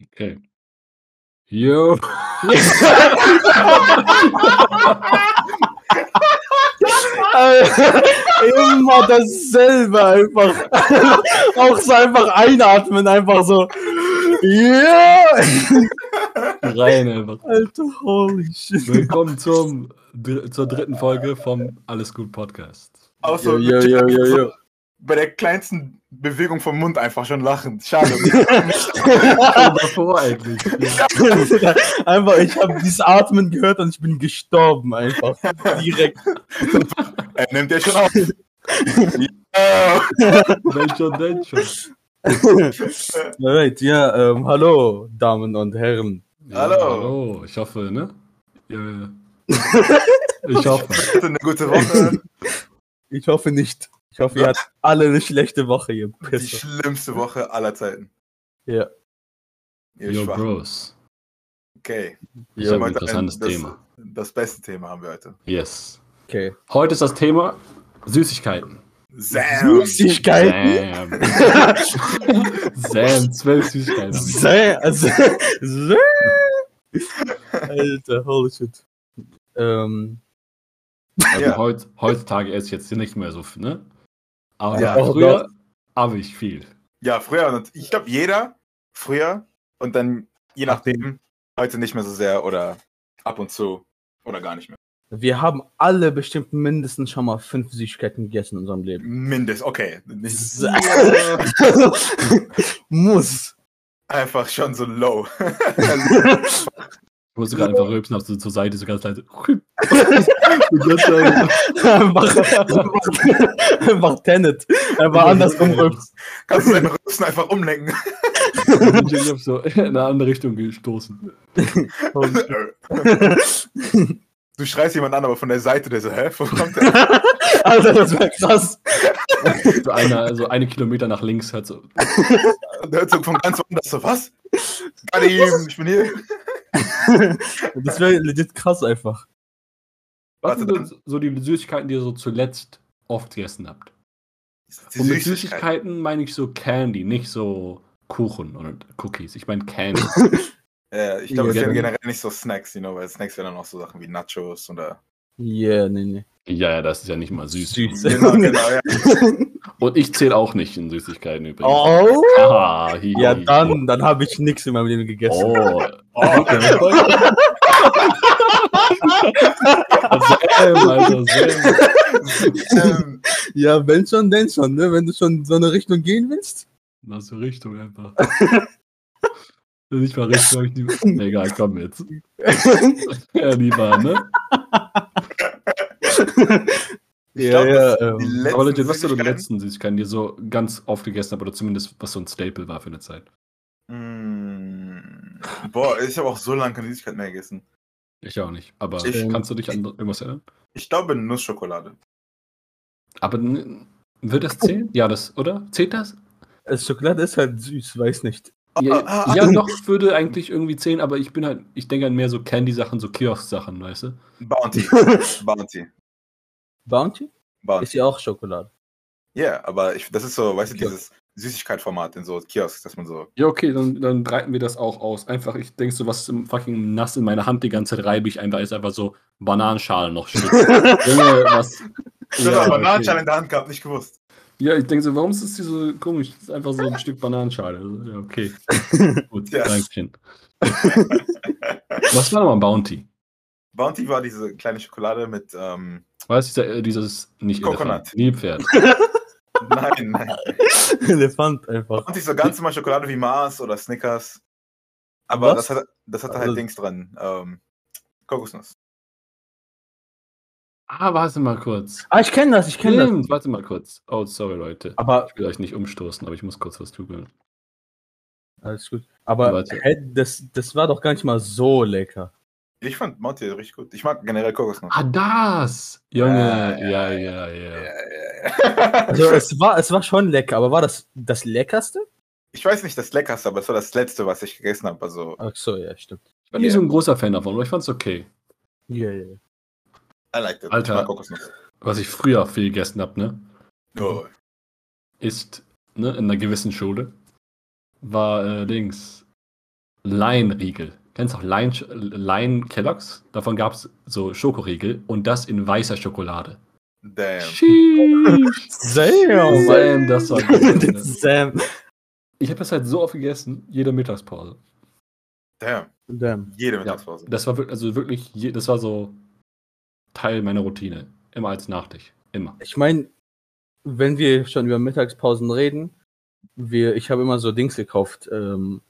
Okay. Jo. Äh, Immer dasselbe einfach. Auch so einfach einatmen, einfach so. Yeah! Rein einfach. Alter, holy shit. Willkommen zum, dr- zur dritten Folge vom Alles Gut Podcast. Yo, Außer yo, yo, Jack yo, so yo. bei der kleinsten Bewegung vom Mund einfach schon lachend. Schade. Stell dir vor eigentlich. Einfach, ich habe dieses Atmen gehört und ich bin gestorben einfach. Direkt. Er Äh, nimmt ja schon auf. Ja. Wenn schon, denn schon. Alright, ja, ähm, hallo, Damen und Herren. Ja, Hallo. Hallo. Ich hoffe, ne? Ja, ja. Ich hoffe. Hatte eine gute Woche. Ich hoffe nicht. Ich hoffe, ihr habt alle eine schlechte Woche, ihr Die Pisser. schlimmste Woche aller Zeiten. Ja. Ihr Yo, Schwachen. Bros. Okay. Ich Yo, Wir habe haben ein heute interessantes das, Thema. Das beste Thema haben wir heute. Yes. Okay. Heute ist das Thema Süßigkeiten. Sam. Süßigkeiten? Sam. Sam, zwölf Süßigkeiten. hab ich. Sei, also, sei. Alter, holy shit. Ähm, Also Ja. heut, heutzutage esse ich jetzt nicht mehr so viel, ne? Aber Ja. Oh früher habe ich viel. Ja, früher. Und ich glaube, jeder früher und dann je nachdem, heute nicht mehr so sehr oder ab und zu oder gar nicht mehr. wir haben alle bestimmt mindestens schon mal fünf Süßigkeiten gegessen in unserem Leben. Mindest, okay. Nicht Sei. Muss. einfach schon so low. Ich musste Also, gerade verrübsen, hab so zur Seite so ganz leise. Und das war- einfach, einfach, einfach Tenet. Einfach andersrum rülpst. Kannst du deine Rüsten einfach umlenken. Ich ich hab so in eine andere Richtung gestoßen. Du schreist jemanden an, aber von der Seite, der so, hä, wo kommt der? Alter, Also, das war krass. So, einer, so eine Kilometer nach links hört so. Und der hört so von ganz woanders so, was? Gerade eben, ich bin hier. Das wäre legit krass einfach. Was Warte, sind so- so die Süßigkeiten, die ihr so zuletzt oft gegessen habt? Die und mit Süßigkeit. Süßigkeiten meine ich so Candy, nicht so Kuchen und Cookies. Ich meine Candy. Ja, ich glaube, es Ja, sind genau. generell nicht so Snacks, you know, weil Snacks wären dann auch so Sachen wie Nachos oder. Yeah, nee, nee. ja, ja, das ist ja nicht mal süß. Genau, genau, ja. Und ich zähle auch nicht in Süßigkeiten übrigens. Oh. Haha, hi, Ja, hi. dann, dann habe ich nichts in meinem Leben gegessen. Oh. Oh, okay. Sam, Alter, Sam. ähm, Ja, wenn schon, denn schon, ne? Wenn du schon in so eine Richtung gehen willst. Mach so Richtung einfach. Nicht mal Richtung, hab ich die. Nee, Egal, komm jetzt. Ja, lieber, ne? ich glaub, das sind die ähm, letzten Aber legit, was sind die Süßigkeiten. letzten Süßigkeiten, die ihr so ganz oft gegessen habt oder zumindest was so ein Staple war für eine Zeit? Mm, boah, ich habe auch so lange keine Süßigkeit mehr gegessen. Ich auch nicht. Aber Ich- kannst du dich an irgendwas erinnern? Ich glaube Nussschokolade. Aber n- wird das zählen? Ja, das, oder? Zählt das? äh, Schokolade ist halt süß, weiß nicht. Ja, ah, ah. ja noch würde eigentlich irgendwie zählen, aber ich bin halt, ich denke an mehr so Candy-Sachen, so Kiosk-Sachen, weißt du? Bounty. Bounty. Bounty Bounty. ist ja auch Schokolade. Ja, aber ich, das ist so, weißt du, Kiosk. dieses Süßigkeitformat in so Kiosks, dass man so. Ja, okay, dann, dann breiten wir das auch aus. Einfach, ich denke so, was im fucking nass in meiner Hand die ganze Zeit reibe ich einfach, ist einfach so Bananenschalen noch shit. Junge, was. Ich habe eine Bananenschale in der Hand gehabt, nicht gewusst. Ja, ich denke so, warum ist das hier so komisch? Das ist einfach so ein Stück Bananenschale. Also, Ja, okay. Gut, Ja. Dankeschön. was war nochmal Bounty? Bounty war diese kleine Schokolade mit. Ähm, Weiß dieser, äh, dieses, nicht Coconut. Elefant, Nilpferd. nein, nein. Elefant einfach. Bounty ist so ganz normal Schokolade wie Mars oder Snickers. Aber Was? das, hat, das hatte Also- halt Dings dran. Ähm, Kokosnuss. Ah, warte mal kurz. Ah, ich kenne das, ich kenne Mhm. das. Stimmt, warte mal kurz. Oh, sorry, Leute. Aber, Ich will euch nicht umstoßen, aber ich muss kurz was googeln. alles gut. Aber Warte. hä, das, das war doch gar nicht mal so lecker. Ich fand Bounty richtig gut. Ich mag generell Kokosnuss. Ah, das! Junge, Äh, ja, ja, ja. Ja, ja, Also ja. es war, es war schon lecker, aber war das das leckerste? Ich weiß nicht das leckerste, aber es war das letzte, was ich gegessen habe. Also, Ach so, ja, stimmt. Ich war nicht so ein großer Fan davon, aber ich fand's okay. Ja, ja, ja. I liked it. Alter. Ich mag Kokosnuss. Was ich früher viel gegessen hab, ne, Oh. ist, ne, in einer gewissen Schule, war äh, Dings. Laienriegel. Kennst du auch Laien, Laien Kelloggs? Davon gab es so Schokoriegel und das in weißer Schokolade. Damn. Sheesh. Damn, Sam, das war gut. Mann. ne? Sam. Ich habe das halt so oft gegessen, jede Mittagspause. Damn. Damn. Jede Mittagspause. Das war wirklich, also wirklich, je, das war so Teil meiner Routine. Immer als Nachtisch. Immer. Ich meine, wenn wir schon über Mittagspausen reden, wir, ich habe immer so Dings gekauft. Ähm,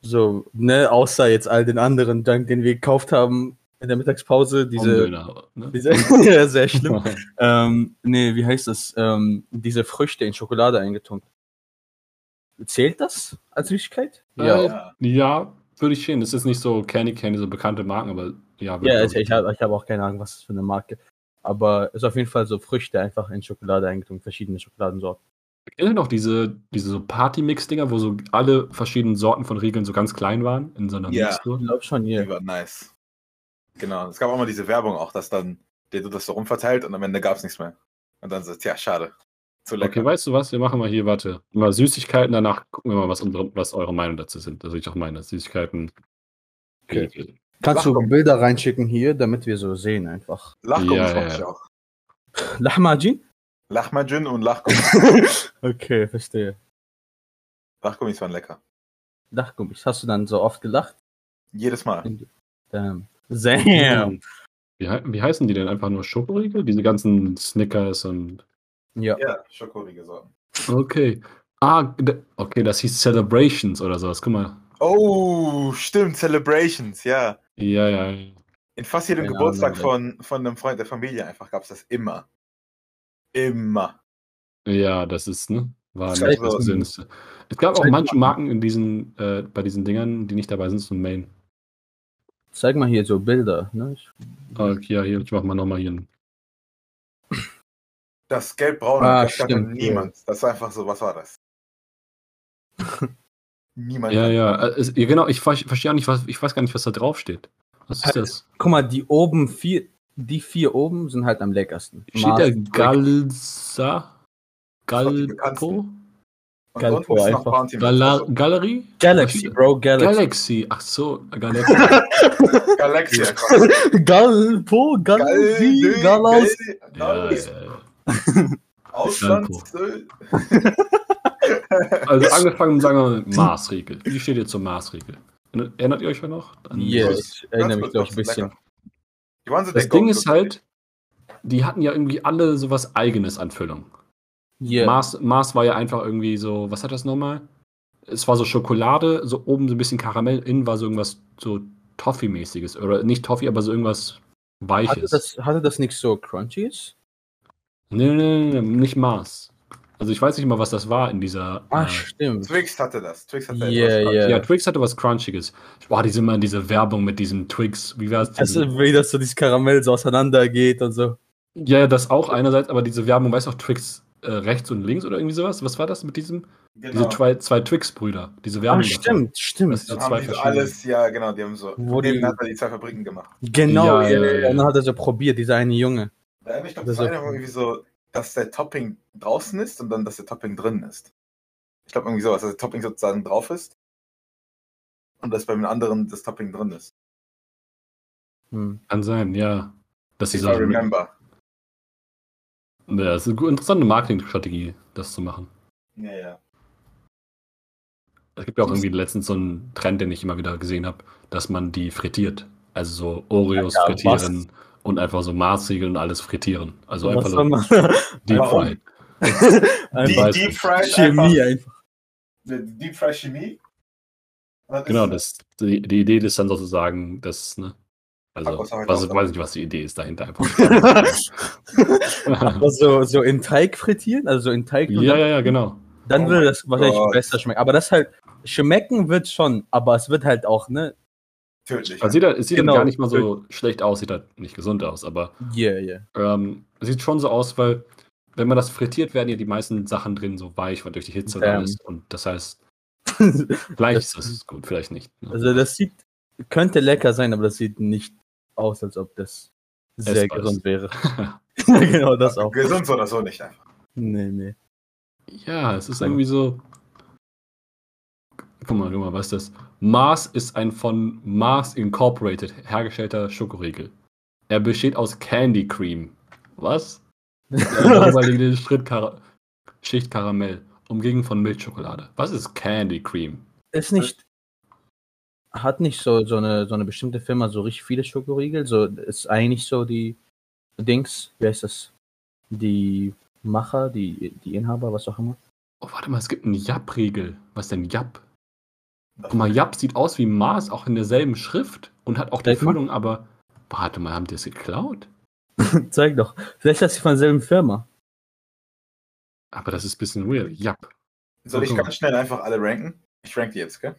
so, ne, außer jetzt all den anderen Dank, den wir gekauft haben in der Mittagspause. Diese, Döner, ne? diese ja, sehr schlimm. Ähm, nee, wie heißt das? Ähm, diese Früchte in Schokolade eingetunkt. Zählt das als Süßigkeit? Ja. Ja. Ja, würde ich stehen. Das ist nicht so Candy Candy, so bekannte Marken, aber ja. Ja, würd ich, ich habe ich hab auch keine Ahnung, was das für eine Marke Aber ist auf jeden Fall so Früchte einfach in Schokolade eingetunkt, verschiedene Schokoladensorten. Erinnert noch diese, diese so Party-Mix-Dinger, wo so alle verschiedenen Sorten von Riegeln so ganz klein waren in so einer Ja. Ich Mixtur? glaube schon Die hier. war nice. Genau. Es gab auch mal diese Werbung auch, dass dann der du das so rumverteilt und am Ende gab es nichts mehr. Und dann so, tja, schade. Zu lecker. Okay, weißt du was? Wir machen mal hier, warte, mal Süßigkeiten, danach gucken wir mal, was, unsere, was eure Meinung dazu sind. Also ich auch meine, Süßigkeiten. Okay. Kannst du Bilder reinschicken hier, damit wir so sehen einfach. Lachgummis Ja, mochte ja. ich auch. Lahmajin? Lachmajin und Lachgummis. Okay, verstehe. Lachgummis waren lecker. Lachgummis. Hast du dann so oft gelacht? Jedes Mal. Damn. Damn. Wie, hei- wie heißen die denn? Einfach nur Schokoriegel? Diese ganzen Snickers und. Ja. Ja, schokorige Sorten. Okay. Ah, d- okay, das hieß Celebrations oder sowas. Guck mal. Oh, stimmt, Celebrations, ja. Ja, ja, ja. In fast jedem Keine Geburtstag Ahnung, von, von einem Freund der Familie einfach gab es das immer. Immer. Ja, das ist, ne? War Das nicht gab das so- Gesündeste. Es gab auch Zeig manche Marken in diesen, äh, bei diesen Dingern, die nicht dabei sind, so ein Main. Zeig mal hier so Bilder. Ne? Ich, Ah, Mhm. Okay, ja, hier, ich mach mal nochmal hier. einen- Das Gelbbraune, Ah, das kannte stimmt, niemand. Das war einfach so, was war das? niemand. Ja, ja, äh, es- ja, genau, ich, ver- ich verstehe auch nicht, was, ich weiß gar nicht, was da draufsteht. Was ist Äh, Halt, das? guck mal, die oben vier, die vier oben sind halt am leckersten. Steht da Mars, Galsa? Das war die Galpo? Und Galpo unten ist noch einfach. Bounty mit. Gala Also, Galerie? Galaxy, Bro, Galaxy. Galaxy, ach so, Galaxy. Also Galaxia. Gal- Galpo, Galaxy, Galas. Gal- ja, Gal- ja, ja. Ausland. Also angefangen, sagen wir mal, Maßregel. Wie steht ihr zum Maßregel? Erinnert ihr euch ja noch? an Ja, dieses- ich erinnere mich doch ein bisschen. Die waren so Das der Ding Goat- ist halt, die hatten ja irgendwie alle sowas eigenes an Füllung. Yeah. Mars, Mars war ja einfach irgendwie so, was hat das nochmal? Es war so Schokolade, so oben so ein bisschen Karamell, innen war so irgendwas so Toffee-mäßiges. Oder nicht Toffee, aber so irgendwas Hatte Weiches. das, hatte das nicht so Crunchies? Nee, nee, nee, nee, nicht Mars. Also ich weiß nicht mal, was das war in dieser. Ah, äh, stimmt. Twix hatte das. Twix hatte Yeah, etwas. yeah. ja, Twix hatte was Crunchiges. Boah, die sind mal in diese Werbung mit diesem Twix. Wie war's? Das ist, wie das so dieses Karamell so auseinandergeht und so. Ja, ja, das auch einerseits, aber diese Werbung, weißt du auch, Twix äh, rechts und links oder irgendwie sowas? Was war das mit diesem? Diese Genau. zwei, zwei Twix-Brüder, diese Ah, Werbung. davon. stimmt, stimmt. Das- Dann so haben zwei die so verschiedene. alles, ja, genau, die haben so. Wo neben die- hat er die zwei Fabriken gemacht. Genau, Ja, ja, ja, ja. und dann hat er so probiert, dieser eine Junge. Da erinnere ich doch Das das war ist einer, wo okay. irgendwie so, dass der Topping draußen ist und dann, dass der Topping drin ist. Ich glaube irgendwie sowas, dass der Topping sozusagen drauf ist und dass beim anderen das Topping drin ist. Hm. Kann sein, ja. Das ist, Ich remember. ja, das ist eine gu- interessante Marketingstrategie, das zu machen. Ja, ja. Es gibt ja auch irgendwie letztens so einen Trend, den ich immer wieder gesehen habe, dass man die frittiert. Also so Oreos Ja, ja, frittieren und einfach so Maßregeln und alles frittieren. Also einfach Was soll so man? Deep Warum? Fried. einfach weiß die Deep nicht. Fried Chemie Chemie. einfach. Äh, Deep Fried Chemie. Und dann Genau, ist- das, die, die Idee ist dann sozusagen, das, ne? Also, Packungsarbeit was, auch. weiß nicht, was die Idee ist dahinter. Einfach. Aber so, so in Teig frittieren, also so in Teig. und ja, dann- ja, ja, genau. Dann Oh würde mein das wahrscheinlich Gott. besser schmecken. Aber das halt, schmecken wird schon, aber es wird halt auch, ne? Tödlich. Also sieht er, es sieht Genau. gar nicht mal so schlecht aus, sieht halt nicht gesund aus, aber Yeah, yeah. ähm, sieht schon so aus, weil wenn man das frittiert, werden ja die meisten Sachen drin so weich weil durch die Hitze und Damn. alles. Und das heißt, vielleicht ist es gut, vielleicht nicht. ne? Also das sieht, könnte lecker sein, aber das sieht nicht aus, als ob das sehr Essbar ist. gesund wäre. ja, genau, das auch. Gesund oder so nicht einfach. Nee, nee. ja, es ist irgendwie so Guck mal, guck mal, was ist das? Mars ist ein von Mars Incorporated hergestellter Schokoriegel. Er besteht aus Candy Cream. Was? Also Überliegende Schritt Kara Schicht Karamell, umgeben von Milchschokolade. Was ist Candy Cream? Ist nicht. Hat nicht so, so, eine, so eine bestimmte Firma so richtig viele Schokoriegel. So ist eigentlich so die Dings, wie heißt das? Die Macher, die, die Inhaber, was auch immer. Oh, warte mal, es gibt einen Japp-Riegel. Was denn Japp? Guck mal, Japp sieht aus wie Mars, auch in derselben Schrift und hat auch die Zeig mal. Füllung, aber. Warte mal, haben die das geklaut? Zeig doch. Vielleicht ist das die von derselben Firma. Aber das ist ein bisschen weird. Japp. Soll ich Okay. ganz schnell einfach alle ranken? Ich rank die jetzt, gell?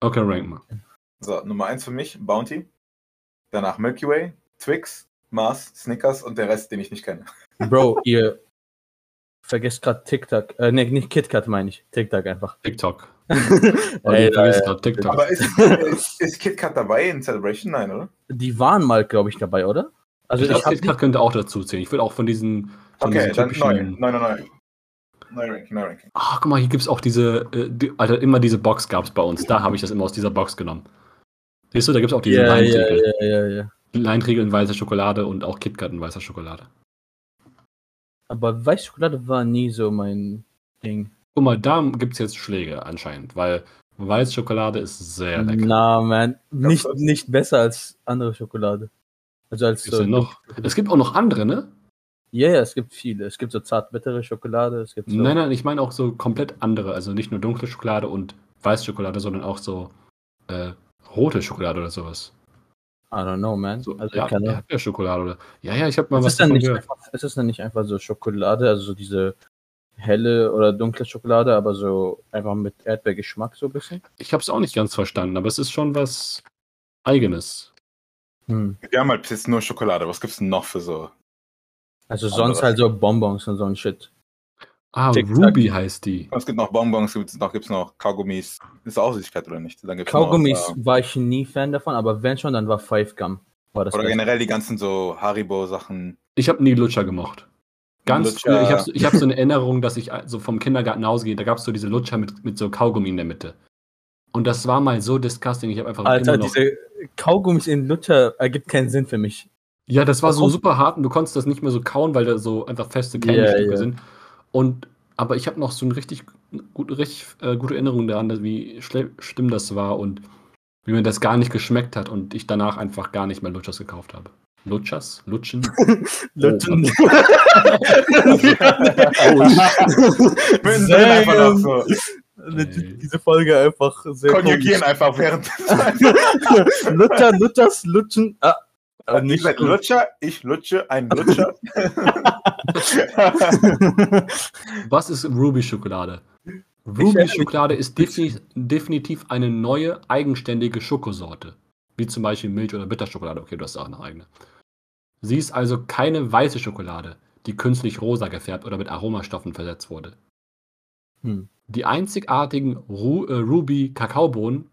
Okay, rank mal. So, Nummer 1 für mich, Bounty. Danach Milky Way, Twix, Mars, Snickers und der Rest, den ich nicht kenne. Bro, ihr vergesst gerade TikTok. Äh, nee, nicht KitKat meine ich. TikTok einfach. TikTok. Oh, Ey, du vergisst äh, grad TikTok. Aber ist, ist, ist KitKat dabei in Celebration? Nein, oder? die waren mal, glaube ich, dabei, oder? Also ich ich, glaube, hab TikTok könnte auch dazu zählen. Ich will auch von diesen. Von Okay, diesen dann neu. typischen- Neu, neu, neu. Neu Ranking, neu Ranking. Ah, guck mal, hier gibt es auch diese, äh, die, Alter, immer diese Box gab es bei uns. Da habe ich das immer aus dieser Box genommen. Siehst du, da gibt es auch die diese ja, ja, Leintriegel. ja, ja, ja. Leintriegel in weißer Schokolade und auch KitKat in weißer Schokolade. Aber Weißschokolade war nie so mein Ding. Guck mal, da gibt es jetzt Schläge anscheinend, weil weiße Schokolade ist sehr lecker. Na, man. Nicht, das- nicht besser als andere Schokolade. Also als Was so. gibt's denn noch? Es gibt auch noch andere, ne? Ja, ja, es gibt viele. Es gibt so zartbittere Schokolade, es gibt so. Nein, nein, ich meine auch so komplett andere. Also nicht nur dunkle Schokolade und weiße Schokolade, sondern auch so äh, rote Schokolade oder sowas. I don't know, man. So, also ja, keine Ahnung. Erdbeerschokolade oder. Ja, ja, ich habe mal Es was ist, dann davon nicht gehört. einfach, es ist dann nicht einfach so Schokolade, also so diese helle oder dunkle Schokolade, aber so einfach mit Erdbeergeschmack so ein bisschen. Ich habe es auch nicht ganz verstanden, aber es ist schon was Eigenes. Hm. Wir haben halt jetzt nur Schokolade. Was gibt's denn noch für so? Also Aber- sonst halt so Bonbons und so ein Shit. Ah, Tic-Tac. Ruby heißt die. Es gibt noch Bonbons, gibt's noch, gibt's noch Kaugummis. Ist auch Süßigkeit oder nicht? Dann gibt's Kaugummis Noch, äh, war ich nie Fan davon, aber wenn schon, dann war Five Gum. War äh, das oder Beste. generell die ganzen so Haribo-Sachen. Ich habe nie Lutscher gemocht. Ganz Lutscher. früher, ich habe ich hab so eine Erinnerung, dass ich äh, so vom Kindergarten ausgehe, da gab es so diese Lutscher mit, mit so Kaugummi in der Mitte. Und das war mal so disgusting, ich habe einfach Alter, immer noch... diese Kaugummis in Luther ergibt keinen Sinn für mich. Ja, das war so Warum? super hart und du konntest das nicht mehr so kauen, weil da so einfach feste Ja, Candy-Stücke ja. sind. Und, aber ich habe noch so eine richtig, gut, richtig äh, gute Erinnerung daran, dass- wie schle- schlimm das war und wie mir das gar nicht geschmeckt hat und ich danach einfach gar nicht mehr Lutschers gekauft habe. Lutschers? Lutschen? Lutschen. Wir sind einfach noch so. Ey. Diese Folge einfach sehr Konjugieren einfach während komisch. Luther, Luthers, Lutschen. Ah, ah, Ihr nicht seid gut. Also Lutscher, ich lutsche, ein Lutscher. Was ist Ruby-Schokolade? erinnere mich- Ruby-Schokolade ist defini definitiv eine neue, eigenständige Schokosorte. Wie zum Beispiel Milch- oder Bitterschokolade. Okay, du hast auch eine eigene. Sie ist also keine weiße Schokolade, die künstlich rosa gefärbt oder mit Aromastoffen versetzt wurde. Hm. Die einzigartigen Ru äh, Ruby-Kakaobohnen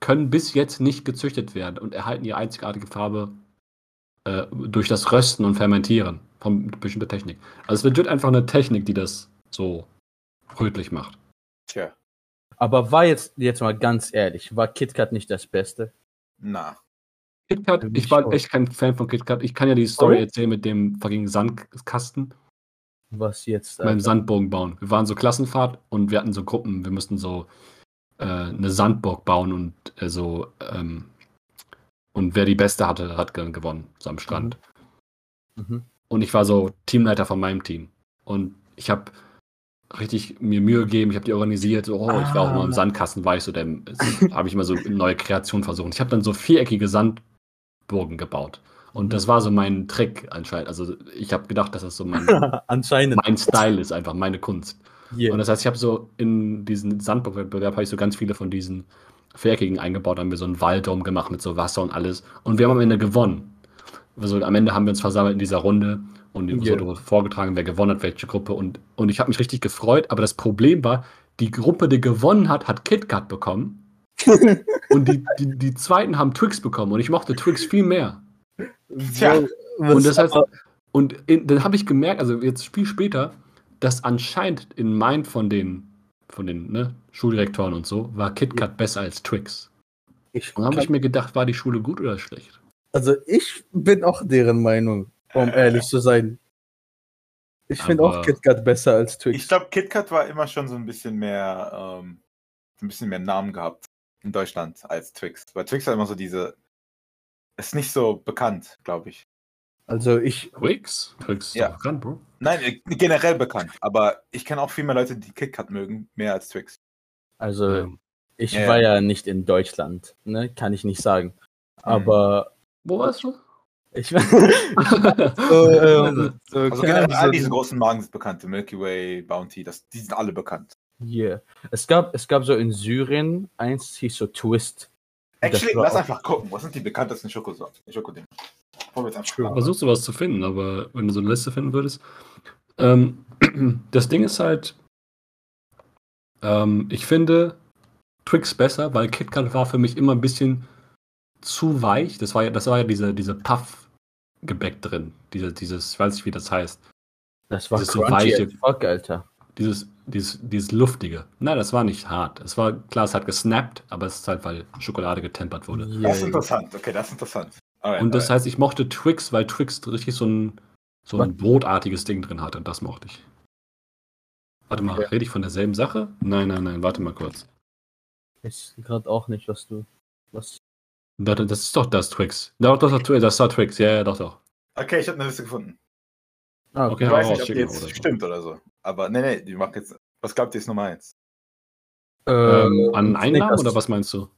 können bis jetzt nicht gezüchtet werden und erhalten ihre einzigartige Farbe äh, durch das Rösten und Fermentieren von bestimmter Technik. Also es wird einfach eine Technik, die das so rötlich macht. Tja, Aber war jetzt, jetzt mal ganz ehrlich, war KitKat nicht das Beste? na. KitKat, Für mich ich war schon. echt kein Fan von KitKat. Ich kann ja die Story Warum? erzählen mit dem fucking Sandkasten, Was jetzt? äh, beim Alter? Sandburgen bauen. Wir waren so Klassenfahrt und wir hatten so Gruppen, wir mussten so äh, eine Sandburg bauen und äh, so ähm, und wer die beste hatte, hat dann gewonnen, so am Strand. Mhm. Und ich war so Teamleiter von meinem Team. Und ich habe richtig mir Mühe gegeben, ich habe die organisiert. So, oh, ich war auch Ah. immer im Sandkasten, war ich so, dann habe ich mal so neue Kreationen versucht. Ich habe dann so viereckige Sandburgen gebaut. Mhm. Und das war so mein Trick anscheinend. Also ich habe gedacht, dass das so mein, Anscheinend. mein Style ist, einfach meine Kunst. Yeah. Und das heißt, ich habe so in diesen Sandburg-Wettbewerb habe ich so ganz viele von diesen Viereckigen eingebaut, Da haben wir so einen Wald drum gemacht mit so Wasser und alles. Und wir haben am Ende gewonnen. Also am Ende haben wir uns versammelt in dieser Runde und es Yeah. wurde vorgetragen, wer gewonnen hat, welche Gruppe. Und, und ich habe mich richtig gefreut, aber das Problem war, die Gruppe, die gewonnen hat, hat KitKat bekommen. und die, die, die zweiten haben Twix bekommen und ich mochte Twix viel mehr. Tja. Bro, was- Und das heißt, und in, dann habe ich gemerkt, also jetzt viel später, dass anscheinend in Mind von den von den ne, Schuldirektoren und so, war KitKat besser als Twix. Ich, Dann habe ich mir gedacht, war die Schule gut oder schlecht? also ich bin auch deren Meinung, um ehrlich zu sein. Ich finde Aber- auch KitKat besser als Twix. Ich glaube, KitKat war immer schon so ein bisschen mehr, ähm, ein bisschen mehr Namen gehabt in Deutschland als Twix. Weil Twix war immer so diese, ist nicht so bekannt, glaube ich. also ich, Twix? Twix ist Ja. doch bekannt, Bro. Nein, äh, generell bekannt. Aber ich kenne auch viel mehr Leute, die KitKat mögen, mehr als Twix. also Ähm, ich ja, ja. war ja nicht in Deutschland, ne? Kann ich nicht sagen. Aber Wo warst du? ich Also, so, ähm, so, keine Also generell Ahnung, all so- diese großen Marken sind bekannt. Die Milky Way, Bounty, das, die sind alle bekannt. Yeah. Es gab, es gab so in Syrien eins, hieß so Twist. Das Actually, war lass auch- einfach gucken. Was sind die bekanntesten Schokosorten? Schokodinger. Wollen wir jetzt einfach True. mal- versuchst du was zu finden, aber wenn du so eine Liste finden würdest. Ähm, das Ding ist halt, ähm, ich finde Twix besser, weil KitKat war für mich immer ein bisschen zu weich. Das war ja, das war ja diese, diese Puff-Gebäck drin. Diese, dieses, ich weiß nicht, wie das heißt. Das war Dieses crunchy weiche- as fuck, Alter. Dieses, dieses, dieses Luftige. Nein, das war nicht hart. Es war, klar, es hat gesnappt, aber es ist halt, weil Schokolade getempert wurde. Yeah, Das ist interessant. Okay, das ist interessant. Alright, Und das alright. heißt, ich mochte Twix, weil Twix richtig so ein, so ein brotartiges Ding drin hatte. Und das mochte ich. Warte mal, Okay. rede ich von derselben Sache? Nein, nein, nein, warte mal kurz. Ich gerade auch nicht, was du. Was. Das, das ist doch das Twix. Doch, doch, doch, Twi- das war Twix. Ja, ja, doch, doch. Okay, ich habe eine Liste gefunden. Ah, Okay, Ich hau weiß nicht, raus, ob die schick mal jetzt oder so. stimmt oder so. Aber nee, nee, die macht jetzt. Was glaubt ihr ist Nummer eins? Ähm, an Einnahmen Snickers. oder was meinst du?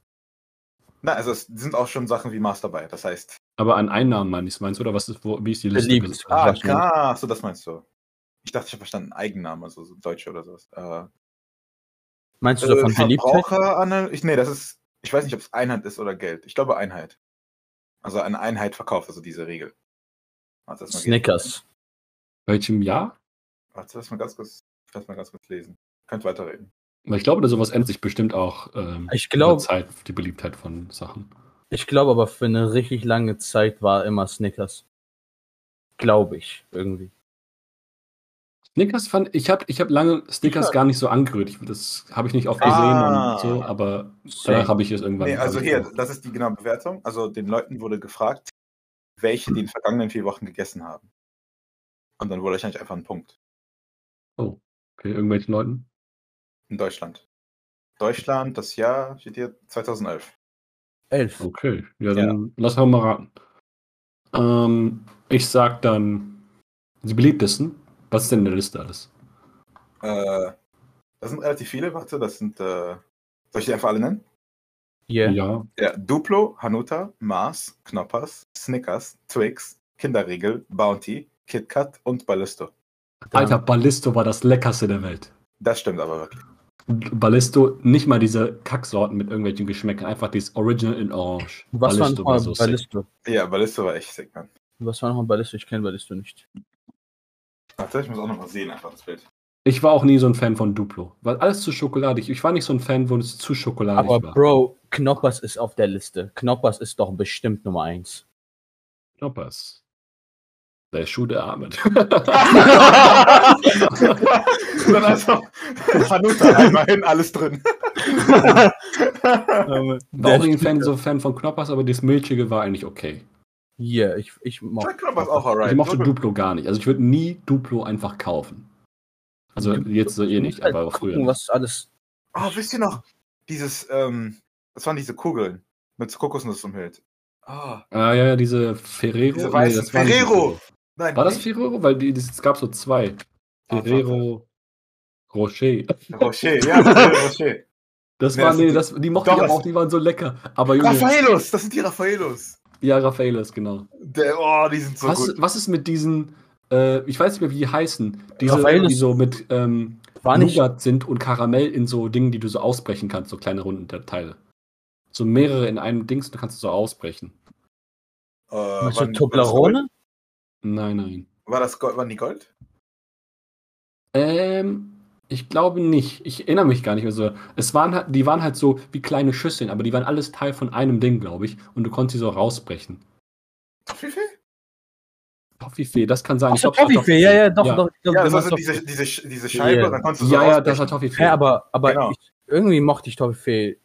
Na, also es sind auch schon Sachen wie Mars dabei. Das heißt. Aber an Einnahmen meinst du, meinst du? Oder was ist, wo, wie ist die Liste? Beliebt. ges- Ah, wahrscheinlich. klar, so das meinst du. Ich dachte, ich habe verstanden, Eigenname, also so Deutsche oder sowas. Äh, Meinst du so von äh, Beliebtheit? Verbraucheranalyse- Ich, nee, das ist. Ich weiß nicht, ob es Einheit ist oder Geld. Ich glaube Einheit. Also eine Einheit verkauft, also diese Regel. Warte, lass mal, gehen. Snickers. Welchem Jahr? Warte, lass mal ganz kurz, lass mal ganz kurz lesen. Könnt weiterreden. Weil ich glaube, dass sowas ändert sich bestimmt auch ähm, Ich mit der glaub- Zeit, die Beliebtheit von Sachen. Ich glaube aber für eine richtig lange Zeit war immer Snickers. Glaube ich, irgendwie. Snickers fand ich habe ich hab lange Snickers Ja. gar nicht so angerührt. Ich, das habe ich nicht oft gesehen Ah. und so, aber danach Same. habe ich es irgendwann. Nee, also hab ich hier, gemacht. das ist die genaue Bewertung. Also den Leuten wurde gefragt, welche die in den vergangenen vier Wochen gegessen haben. Und dann wurde ich eigentlich einfach ein Punkt. Okay, irgendwelchen Leuten. In Deutschland. Deutschland, das Jahr steht hier 2011. Elf. Okay, ja, dann lass mal mal raten. Ähm, ich sag dann die beliebtesten. Was ist denn in der Liste alles? Äh, das sind relativ viele, warte, das sind, äh, soll ich die einfach alle nennen? Yeah. Ja, Ja, Duplo, Hanuta, Mars, Knoppers, Snickers, Twix, Kinderriegel, Bounty, KitKat und Ballisto. Alter, Ballisto war das leckerste der Welt. Das stimmt aber wirklich. Ballisto, nicht mal diese Kacksorten mit irgendwelchen Geschmäckern, einfach dieses Original in Orange. Was war nochmal sick. Ballisto? Ja, Ballisto war echt sick, man. Was war nochmal Ballisto? Ich kenne Ballisto nicht. Warte, ich muss auch nochmal sehen, einfach das Bild. Ich war auch nie so ein Fan von Duplo, weil alles zu schokoladig. Ich war nicht so ein Fan, wo es zu schokoladig Aber war. Bro, Knoppers ist auf der Liste. Knoppers ist doch bestimmt Nummer eins. Knoppers. Der Schuh der Armen. Dann also, Hanuta immerhin alles drin. Ähm, War auch nie War ein Fan, so Fan von Knoppers, aber das Milchige war eigentlich okay. Yeah, ich, ich mochte. Knoppers war auch alright. Ich mochte Duplo- Duplo gar nicht. Also ich würde nie Duplo einfach kaufen. Also jetzt so eh nicht, aber auch früher. halt Gucken, was alles. Oh, wisst ihr noch? Dieses, ähm, das waren diese Kugeln mit Kokosnuss umhüllt. Ah, Ah ja, ja, diese Ferrero. Diese weißen- das war nicht Ferrero! nein. War das nicht. Ferrero? Weil die, die, es gab so zwei. Ah, Ferrero Rocher. Rocher, ja, Ferrero Rocher. Das Nee, war, das nee, sind das, die mochte ich Doch, aber das- auch, die waren so lecker. Aber Junge, Raffaellos, das sind die Raffaellos. ja, Raffaelos, genau. Der, oh, die sind so Was, gut. was ist mit diesen, äh, ich weiß nicht mehr, wie die heißen, diese, Raffaellos- die so mit ähm, War nicht. Nougat sind und Karamell in so Dingen, die du so ausbrechen kannst, so kleine runden Te- Teile. So mehrere in einem Dings, du kannst du so ausbrechen. Äh, Meinst waren- du Toblerone? Nein, nein. War das Gold? Waren die Gold? Ähm, ich glaube nicht. Ich erinnere mich gar nicht mehr so. Es waren halt, die waren halt so wie kleine Schüsseln, aber die waren alles Teil von einem Ding, glaube ich. Und du konntest sie so rausbrechen. Wie viel? Toffifee, das kann sein. Ach so, glaub, es war Toffifee, ja, ja, doch, Ja. doch. Ich glaub, Ja, wenn das war man so Toff- diese, diese, Sch- diese Scheibe, Ja. dann konntest du so Ja, ja, das ausbrechen. war Toffifee. Hä, aber aber Genau. ich, irgendwie mochte ich Toffifee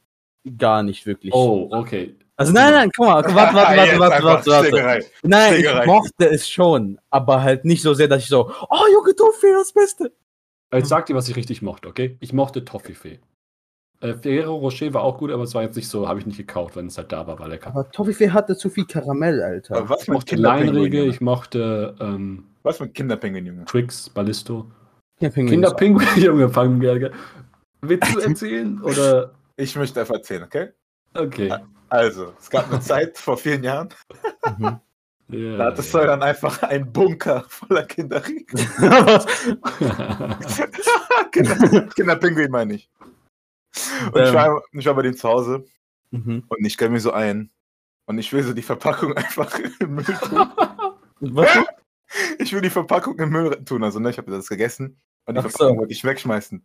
gar nicht wirklich. oh, okay. Also nein, nein, guck mal, warte, warte, Ah, warte, jetzt warte, einfach warte, warte. Stickerei. Nein, ich Stickerei. mochte es schon, aber halt nicht so sehr, dass ich so, oh, Junge, Toffifee, das Beste. Hm. Jetzt sag dir, was ich richtig mochte, okay? Ich mochte Toffifee. Äh, Ferrero Rocher war auch gut, aber es war jetzt nicht so, habe ich nicht gekauft, wenn es halt da war, war lecker. Aber Toffifee hatte zu viel Karamell, Alter. Aber Was Ich mit mochte Kinderpinguin? Leinrege, Junge? ich mochte ähm, Was mit Kinderpinguin, Junge? Twix, Ballisto. Kinderpinguin. Kinderpinguin, Junge, fangen wir. Willst du erzählen? Oder. Ich möchte einfach erzählen, okay? Okay. Also, es gab eine Zeit vor vielen Jahren, Mhm. Ja, da hatte Säuern einfach einen Bunker voller Kinderriegel. ja. Kinder, Kinderpinguin meine ich. Und ich war, ich war bei denen zu Hause Mhm. und ich stelle mir so ein. Und ich will so die Verpackung einfach im Müll tun. Was? Ich will die Verpackung im Müll tun. Also, ne, ich habe das gegessen und die Ach so. Verpackung wollte ich wegschmeißen.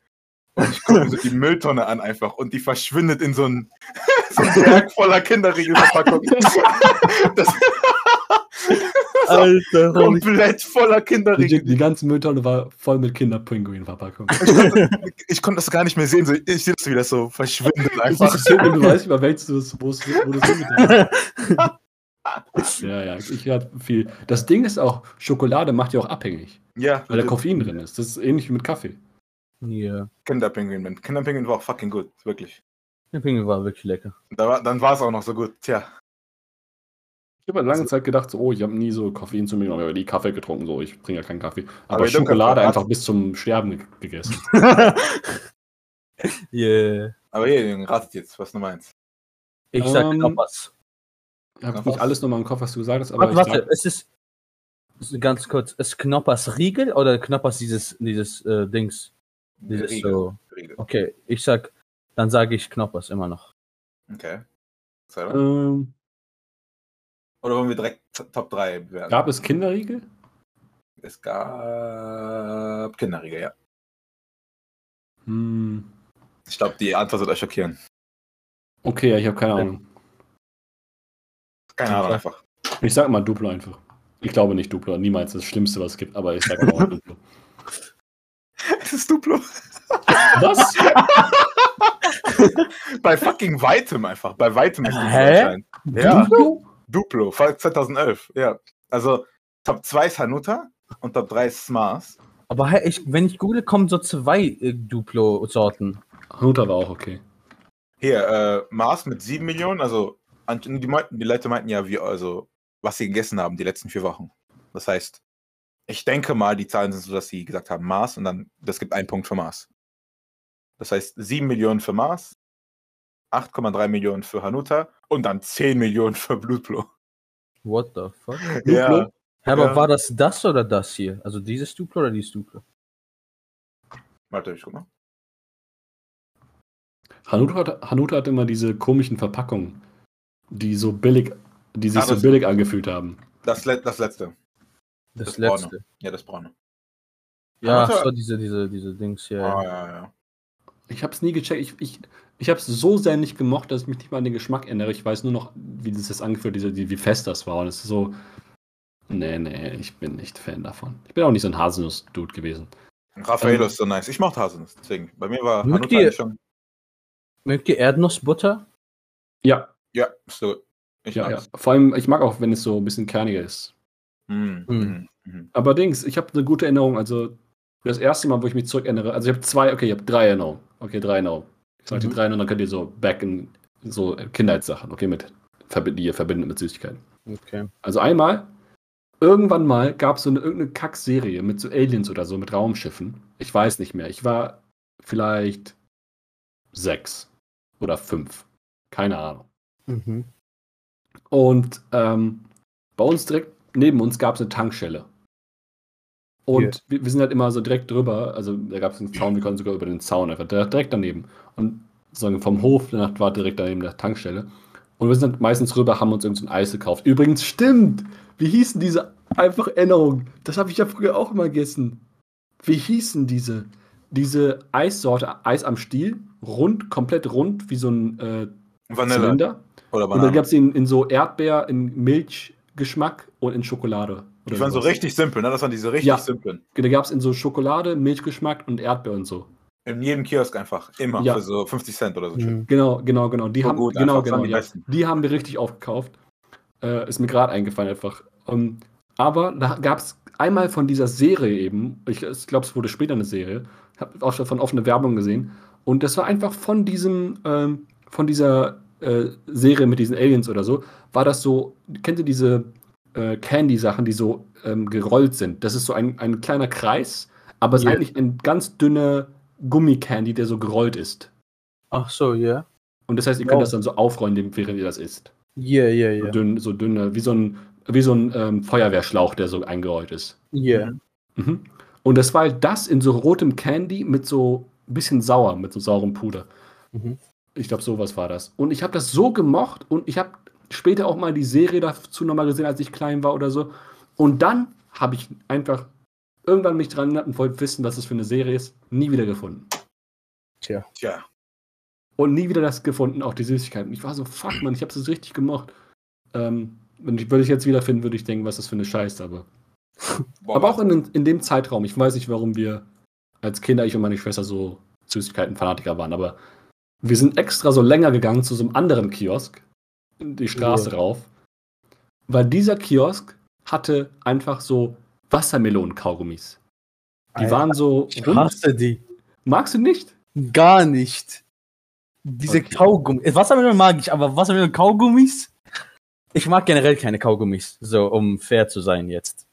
Und ich gucke mir so die Mülltonne an einfach und die verschwindet in so einem so einen Berg voller Kinderriegelverpackung. das Alter, holy komplett voller Kinderriegel. Die, die ganze Mülltonne war voll mit Kinderpinguin-Verpackungen. Ich konnte das gar nicht mehr sehen. So, ich sehe das, wie das so verschwindet Das ist einfach. so, und du weißt über welches du es, wo es, wo du es hingetan hast. Ja, ja, ich hab viel. Das Ding ist auch, Schokolade macht ja auch abhängig, Ja, weil da Koffein drin ist. Das ist ähnlich wie mit Kaffee. Ja. Kinderpinguin, man. Kinderpinguin war auch fucking gut, wirklich. Kinderpinguin war wirklich lecker. Da war, dann war es auch noch so gut. Tja, Ich habe lange Zeit gedacht, so, oh, ich habe nie so Koffein zu mir genommen, ich habe nie Kaffee getrunken, so, ich trinke ja keinen Kaffee. Aber, Aber ich glaub, Schokolade Kaffee- einfach bis zum Sterben ge- gegessen. yeah. aber hier, Junge, ratet jetzt, was du meinst. Ich sag Ähm, noch was. Ich habe Ach, nicht was? alles nochmal im Kopf, was du gesagt hast, aber Warte, ich warte, sag- es ist es ist ganz kurz, ist Knoppers Riegel oder Knoppers dieses dieses äh, Dings, dieses Riegel, so. Riegel. Okay, ich sag, dann sage ich Knoppers immer noch. Okay. Oder ähm, wollen wir direkt T- Top 3 bewerten? gab es Kinderriegel? Es gab Kinderriegel, ja. Hm. Ich glaube, die Antwort wird euch schockieren. Okay, ja, ich habe keine Ja. Ahnung. Keine Ahnung, einfach. Ich sag mal Duplo einfach. Ich glaube nicht Duplo, niemals das Schlimmste, was es gibt, aber ich sag mal auch Duplo. Es ist Duplo. Was? Bei fucking weitem einfach. Bei weitem ist Duplo Hä? anscheinend. Ja. Duplo? Duplo, Fall 2011, ja. Also Top 2 ist Hanuta und Top 3 ist Smars. Aber hey, ich, wenn ich google, kommen so zwei äh, Duplo-Sorten. Hanuta war auch okay. Hier, äh, Mars mit 7 Millionen, also an- die, meinten, die Leute meinten ja, wie, also, was sie gegessen haben die letzten vier Wochen. Das heißt, ich denke mal, die Zahlen sind so, dass sie gesagt haben Mars und dann, das gibt einen Punkt für Mars. Das heißt, 7 Millionen für Mars, 8,3 Millionen für Hanuta und dann 10 Millionen für Blutblo. What the fuck? Duplo? Ja. Hä, aber Ja. war das das oder das hier? Also dieses Duplo oder dieses Duplo? Warte, ich guck mal. Hanuta, hat, Hanuta hat immer diese komischen Verpackungen, die so billig, die sich Ah, so das- billig angefühlt haben. Das, le- das letzte. Das, Das braune. letzte. Ja, das braune. Ja, Warte. ach so diese, diese, diese Dings hier. Ah, ja, ja. Ich hab's nie gecheckt. Ich, ich, ich hab's so sehr nicht gemocht, dass ich mich nicht mal an den Geschmack erinnere. Ich weiß nur noch, wie das jetzt angefühlt, diese, die, wie fest das war. Und es ist so. Nee, nee, ich bin nicht Fan davon. Ich bin auch nicht so ein Haselnuss-Dude gewesen. Raffaello Ähm, ist so nice. Ich mochte Haselnuss, deswegen. Bei mir war Mögt Hanuta ihr- eigentlich schon. Mögt ihr Erdnussbutter? Ja, Ja, ist so. Ich ja, ja. mag's. Vor allem, ich mag auch, wenn es so ein bisschen kerniger ist. Mm, Hm. mm, mm. Aber Dings, ich habe eine gute Erinnerung. Also, das erste Mal, wo ich mich zurückerinnere, also ich habe zwei, okay, ich habe drei Erinnerungen. Okay, drei Erinnerungen. Ich sage Mhm. die drei und dann könnt ihr so back in so Kindheitssachen, okay, mit verbi- die ihr verbindet mit Süßigkeiten. Okay. Also einmal, irgendwann mal gab es so eine irgendeine Kackserie mit so Aliens oder so, mit Raumschiffen. Ich weiß nicht mehr. Ich war vielleicht sechs oder fünf. Keine Ahnung. Mhm. Und ähm, bei uns direkt neben uns gab es eine Tankstelle. Und Yeah. wir, wir sind halt immer so direkt drüber, also da gab es einen Zaun, wir konnten sogar über den Zaun einfach da- direkt daneben. Und sozusagen vom Hof nach, war direkt daneben der Tankstelle. Und wir sind halt meistens rüber, haben uns irgendein Eis gekauft. Übrigens, stimmt! Wie hießen diese einfach Erinnerungen? Das habe ich ja früher auch immer gegessen. Wie hießen diese? Diese Eissorte, Eis am Stiel, rund, komplett rund, wie so ein äh, Vanille Zylinder. oder Und dann Banane. gab es ihn in so Erdbeer, in Milch, Geschmack und in Schokolade. Die waren so sowas. richtig simpel, ne? Das waren diese richtig Ja. simplen. Da gab es in so Schokolade, Milchgeschmack und Erdbeer und so. In jedem Kiosk einfach. Immer. Ja. Für so 50 Cent oder so. Genau, genau, genau. Die So haben Hm. gut, genau, einfach, genau, waren die ja. besten. die haben wir richtig aufgekauft. Äh, ist mir gerade eingefallen einfach. Ähm, aber da gab es einmal von dieser Serie eben, ich, ich glaube, es wurde später eine Serie, habe auch schon von offene Werbung gesehen. Und das war einfach von diesem, ähm, von dieser äh, Serie mit diesen Aliens oder so, war das so, kennt ihr diese äh, Candy-Sachen, die so ähm, gerollt sind? Das ist so ein, ein kleiner Kreis, aber es Ja. ist eigentlich ein ganz dünner Gummicandy, der so gerollt ist. Ach so, ja. Und das heißt, ihr Ja. könnt das dann so aufrollen, dem- während ihr das isst. Ja, ja, So Genau. Mhm. ja. dünn, so dünne, wie so ein, wie so ein ähm, Feuerwehrschlauch, der so eingerollt ist. Ja. Mhm. Und das war halt das in so rotem Candy mit so ein bisschen sauer, mit so saurem Puder. Mhm. Ich glaube, sowas war das. Und ich habe das so gemocht und ich habe später auch mal die Serie dazu nochmal gesehen, als ich klein war oder so. Und dann habe ich einfach irgendwann mich dran erinnert und wollte wissen, was das für eine Serie ist. Nie wieder gefunden. Tja. und nie wieder das gefunden, auch die Süßigkeiten. Ich war so, fuck, man, ich hab's jetzt richtig gemocht. Ähm, wenn ich, würde ich jetzt wiederfinden, würde ich denken, was das für eine Scheiße, aber. Boah, aber auch in, in dem Zeitraum. Ich weiß nicht, warum wir als Kinder, ich und meine Schwester, so Süßigkeiten-Fanatiker waren, aber wir sind extra so länger gegangen zu so einem anderen Kiosk, die Straße rauf, weil dieser Kiosk hatte einfach so Wassermelonen-Kaugummis. Die Alter, waren so. Ich rund. hasse die. Magst du nicht? Gar nicht. Diese Okay. Kaugummis. Wassermelone mag ich, aber Wassermelone Kaugummis? Ich mag generell keine Kaugummis, so um fair zu sein jetzt.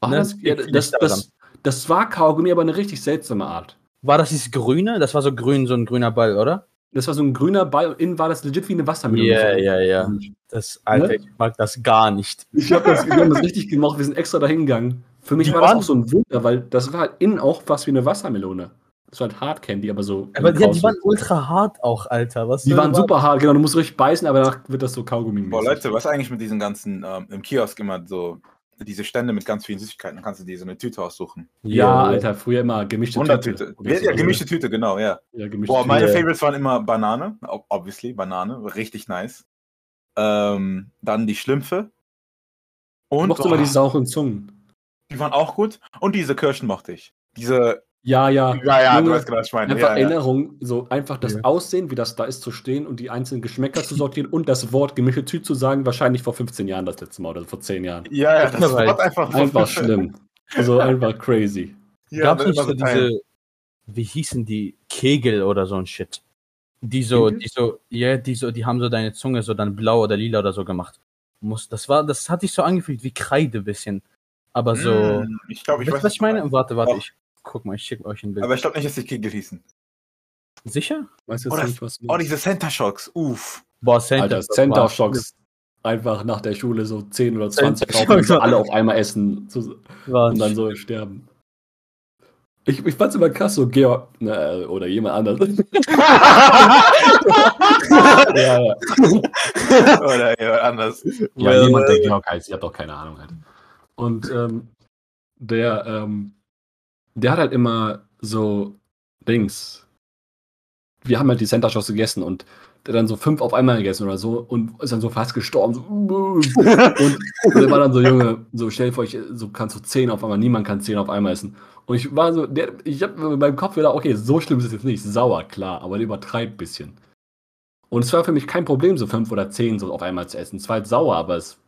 War Ne? das, ja, Ich- ich das, daran. das, das war Kaugummi, aber eine richtig seltsame Art. War das dieses grüne? Das war so grün, so ein grüner Ball, oder? Das war so ein grüner Ball und innen war das legit wie eine Wassermelone. Ja, ja, ja. Das, Alter, Ne? ich mag das gar nicht. Ich habe das, wir haben das richtig gemacht, wir sind extra dahin gegangen. Für mich Die war das waren- auch so ein Wunder, weil das war halt innen auch was wie eine Wassermelone. Das war halt Hard Candy, aber so. Aber ja, die draußen. waren ultra hart auch, Alter. Was Die soll waren das? super hart, genau, du musst richtig beißen, aber danach wird das so Kaugummi. Boah, Leute, was eigentlich mit diesen ganzen ähm, im Kiosk immer so diese Stände mit ganz vielen Süßigkeiten, dann kannst du dir so eine Tüte aussuchen. Ja, Alter, früher immer gemischte Wundertüte. Oder Ja, so. ja, gemischte Tüte, genau, ja. Ja, gemischte Boah, Tüte. meine Ja. Favorites waren immer Banane, ob- obviously, Banane, richtig nice. Ähm, dann die Schlümpfe. Und Mochte immer boah, die sauren Zungen. die waren auch gut. Und diese Kirschen mochte ich. Diese, Ja, ja. ja, ja, du Junge, weißt genau, was ich meine. Einfach Ja, ja. Erinnerung, so einfach das Ja. Aussehen, wie das da ist, zu stehen und die einzelnen Geschmäcker zu sortieren und das Wort gemischte Tüte zu sagen, wahrscheinlich vor 15 Jahren das letzte Mal oder vor 10 Jahren. ja, ja, das Kinderreich. war einfach, Einfach schlimm. Also einfach crazy. Ja, ne, Gab's das nicht war so so Teil. diese, wie hießen die, Kegel oder so ein Shit? Die so, Kegel? die so, ja, die so, die haben so deine Zunge so dann blau oder lila oder so gemacht. Muss, das war, das hatte ich so angefühlt wie Kreide bisschen. Aber so, Mm, ich glaube, ich also weißt weiß, du, was ich meine? Warte, warte, Doch. ich guck mal, ich schicke euch ein Bild. Aber ich glaube nicht, dass die Kegel hießen. Sicher? Weißt du Oh, jetzt das- nicht, was Oh, diese Center Shocks, uff. Boah, Center, Alter, Center Shocks. Einfach nach der Schule so 10 oder 20 Center kaufen und so Shocks. alle auf einmal essen zu- War, und dann so sterben. Ich, ich fand's immer krass, so Georg na, oder jemand anderes. ja, ja. Oder jemand anders. Ja, Well, jemand, der Georg heißt, ich habe doch keine Ahnung halt. Und ähm, der, ähm, der hat halt immer so Dings. Wir haben halt die Center Shots gegessen und der hat dann so fünf auf einmal gegessen oder so und ist dann so fast gestorben. So, und, und der war dann so, Junge, so stell dir vor, ich, so kannst du zehn auf einmal, niemand kann zehn auf einmal essen. Und ich war so, der, ich habe in meinem Kopf gedacht, okay, so schlimm ist es jetzt nicht. Sauer, klar, aber der übertreibt ein bisschen. Und es war für mich kein Problem, so fünf oder zehn so auf einmal zu essen. Es war halt sauer, aber es.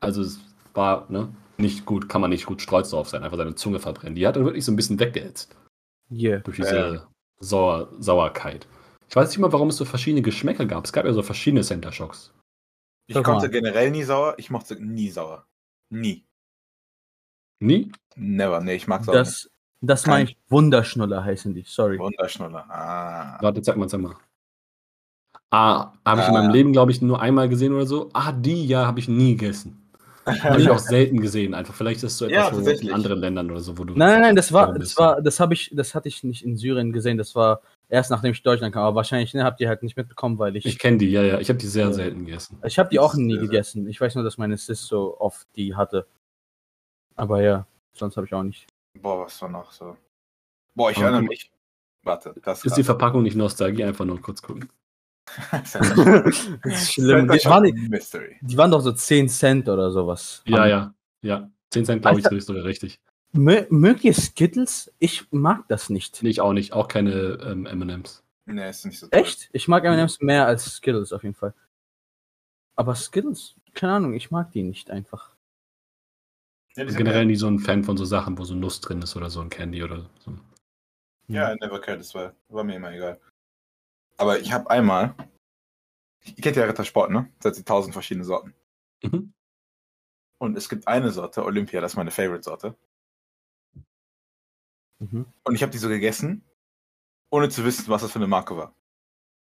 Also es war, ne? Nicht gut, kann man nicht gut stolz drauf sein, einfach seine Zunge verbrennen. Die hat er wirklich so ein bisschen weggeätzt yeah. durch diese Sauer, Sauerkeit. Ich weiß nicht mal, warum es so verschiedene Geschmäcker gab. Es gab ja so verschiedene Center Shocks. Ich Sag mal. konnte generell nie sauer, ich mochte nie sauer. Nie. Nie? Never, nee, ich mag sauer. nicht. Das, das meine ich, Wunderschnuller heißen die, sorry. Wunderschnuller. Ah. Warte, zeig mal, zeig mal. Ah, habe ich in Ah. meinem Leben, glaube ich, nur einmal gesehen oder so. Ah, die, ja, habe ich nie gegessen. Habe ich auch selten gesehen, einfach. Vielleicht ist es so Ja, etwas so in tatsächlich. anderen Ländern oder so, wo du. Nein, nein, nein, das war, Warum das bist war, das habe ich, das hatte ich nicht in Syrien gesehen. Das war erst nachdem ich Deutschland kam. Aber wahrscheinlich ne, habt ihr halt nicht mitbekommen, weil ich, Ich ich, kenne die, ja, ja. Ich habe die sehr Ja. selten gegessen. habe die auch Das- nie äh, gegessen. Ich weiß nur, dass meine Sis so oft die hatte. Aber ja, sonst habe ich auch nicht. Boah, was war noch so? Boah, ich Aber erinnere guck- mich. Warte, das Ist die Verpackung nicht Nostalgie? Einfach nur kurz gucken. Das ist ja Das ist schlimm. Die schon waren, ein Mystery. die waren doch so 10 Cent oder sowas. Ja, ja, ja. 10 Cent, glaube ich, ist sogar richtig. Mö- Mögt ihr Skittles? Ich mag das nicht. Nee, ich auch nicht. Auch keine ähm, MMs. Nee, ist nicht so toll. Echt? Ich mag M&M's mehr als Skittles auf jeden Fall. Aber Skittles, keine Ahnung, ich mag die nicht einfach. Ja, die sind Generell nie so ein Fan von so Sachen, wo so Nuss drin ist oder so ein Candy oder so. Ja, never cared, das war, war mir immer egal. Aber ich habe einmal, ich kennt ja Rittersport, ne? Es hat tausend verschiedene Sorten. Mhm. Und es gibt eine Sorte, Olympia, das ist meine Favorite-Sorte. Mhm. Und ich habe die so gegessen, ohne zu wissen, was das für eine Marke war.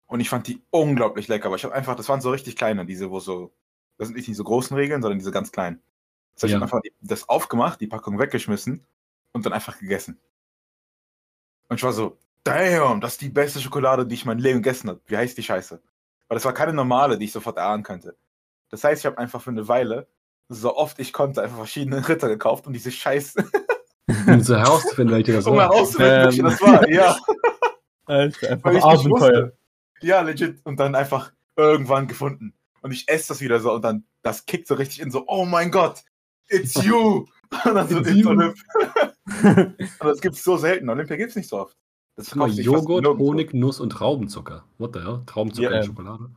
Und ich fand die unglaublich lecker, aber ich habe einfach, das waren so richtig kleine, diese, wo so, das sind nicht diese großen Regeln, sondern diese ganz kleinen. Das heißt, ich Ja. habe einfach die- das aufgemacht, die Packung weggeschmissen und dann einfach gegessen. Und ich war so, damn, das ist die beste Schokolade, die ich mein Leben gegessen habe. Wie heißt die Scheiße? Aber das war keine normale, die ich sofort erahnen könnte. Das heißt, ich habe einfach für eine Weile, so oft ich konnte, einfach verschiedene Ritter gekauft, um diese Scheiße Um so herauszufinden, welche das um war. herauszufinden, welche Ähm. das war. Ja, Alter, einfach weil ich nicht Abenteuer. wusste. Ja, legit. Und dann einfach irgendwann gefunden. Und ich esse das wieder so und dann, das kickt so richtig in so, oh mein Gott, it's you. und dann so, It's it's, you. Olympia. und das gibt's so selten. Olympia gibt's nicht so oft. Das Guck mal, verkauft sich fast Joghurt, nirgendwo. Honig, Nuss und Traubenzucker. What the hell? Traubenzucker in Ja, ähm. Schokolade.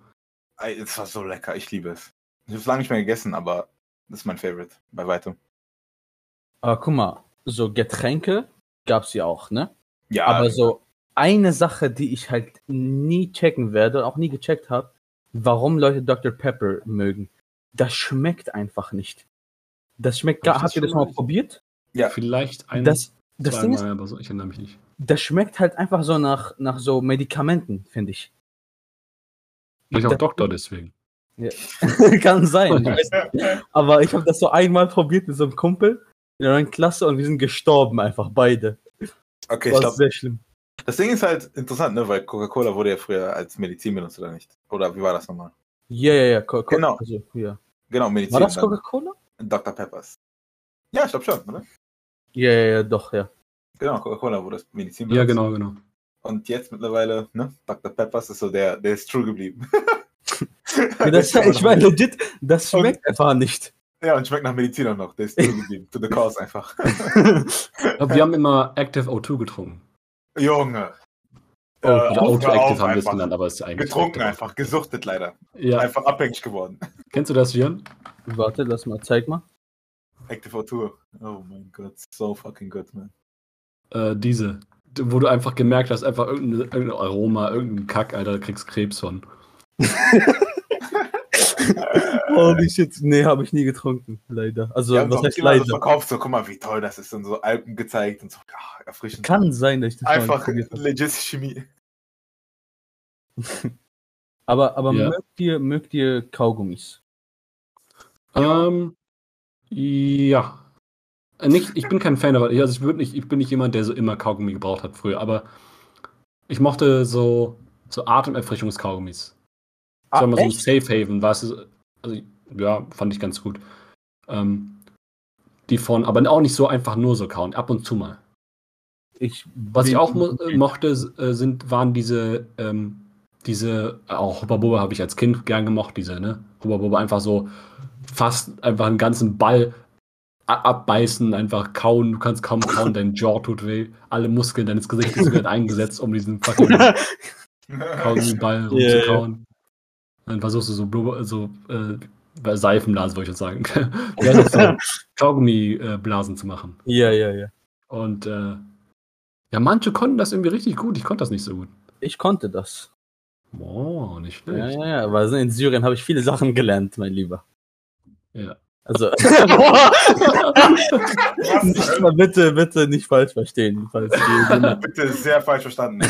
Ey, Es war so lecker, ich liebe es. Ich habe es lange nicht mehr gegessen, aber das ist mein Favorite, bei weitem. Aber guck mal, so Getränke gab's ja auch, ne? Ja, Aber so eine Sache, die ich halt nie checken werde, auch nie gecheckt habe, warum Leute Dr. Pepper mögen. Das schmeckt einfach nicht. Das schmeckt Hab gar. ich Habt das ihr das schon mal mal- probiert? Ja. Vielleicht ein, Das, das zweimal, Ding ist, aber so, ich erinnere mich nicht. das schmeckt halt einfach so nach, nach so Medikamenten, finde ich. Vielleicht auch Das- Doktor deswegen. Kann sein. Ich weiß nicht. Aber ich habe das so einmal probiert mit so einem Kumpel in der neuen Klasse und wir sind gestorben einfach beide. okay, Das ich war glaube, sehr schlimm. das Ding ist halt interessant, ne, weil Coca-Cola wurde ja früher als Medizin benutzt, oder nicht? Oder wie war das nochmal? Ja, ja, ja. Co- Co- Genau. Also, ja. Genau, Medizin. War das dann. Coca-Cola? Dr. Peppers. Ja, ich glaube schon, oder? Ja, ja, ja, doch, ja. Genau, Coca-Cola, wo das Medizin Ja, benutzt. genau, genau. Und jetzt mittlerweile, ne, Dr. Peppers ist so der, der ist true geblieben. Ja, das, ich meine, genau. legit, das Und- schmeckt einfach nicht. Ja, und schmeckt nach Medizin auch noch. Der ist true geblieben. To the cause einfach. Ich glaub, wir haben immer Active O2 getrunken. Junge. Äh, Oder O2 auf- hör auf Active haben wir es einfach. genannt, aber es ist eigentlich. Getrunken Active. einfach, gesuchtet leider. Ja. Einfach abhängig geworden. Kennst du das, Jörn? Warte, lass mal, zeig mal. Active O2. Oh mein Gott, so fucking good, man. Äh, diese. D- Wo du einfach gemerkt hast, einfach irgendein, irgendein Aroma, irgendein Kack, Alter, du kriegst Krebs von. Holy shit, nee, habe ich nie getrunken, leider. Also, Die haben was doch heißt immer so leider? verkauft, so guck mal, wie toll das ist. Und so Alpen gezeigt und so, ah, erfrischend. Kann sein, dass ich das mal Einfach probiert habe. legit Chemie. Aber, aber Ja. mögt, ihr, mögt ihr Kaugummis? Ähm, ja. Äh, Nicht, ich bin kein Fan, aber also ich, würd nicht, ich bin nicht jemand, der so immer Kaugummi gebraucht hat früher, aber ich mochte so, so Atemerfrischungskaugummis. Ah, Sagen wir so ein Safe Haven, war es. Also, ja, fand ich ganz gut. Ähm, die von, aber auch nicht so einfach nur so kauen, ab und zu mal. Ich Was ich bin- auch mo äh, mochte, s- äh, sind, waren diese, ähm, diese, äh, auch Hubba Bubba habe ich als Kind gern gemocht, diese, ne? Hubba Bubba einfach so fast einfach einen ganzen Ball a- abbeißen, einfach kauen, du kannst kaum kauen, dein Jaw tut weh, alle Muskeln deines Gesichtes werden eingesetzt, um diesen fucking Kaugummi-Ball Ja, ja. rumzukauen. Dann versuchst du so, Blubber, so äh, Seifenblasen, wollte ich jetzt sagen. ja, das so Kaugummi-Blasen zu machen. Ja, ja, ja. Und äh, ja, manche konnten das irgendwie richtig gut. Ich konnte das nicht so gut. Ich konnte das. Wow, nicht schlecht. Ja, ja, ja. Aber in Syrien habe ich viele Sachen gelernt, mein Lieber. Ja. Also. nicht mal, bitte, bitte nicht falsch verstehen. Falls die- Bitte sehr falsch verstanden.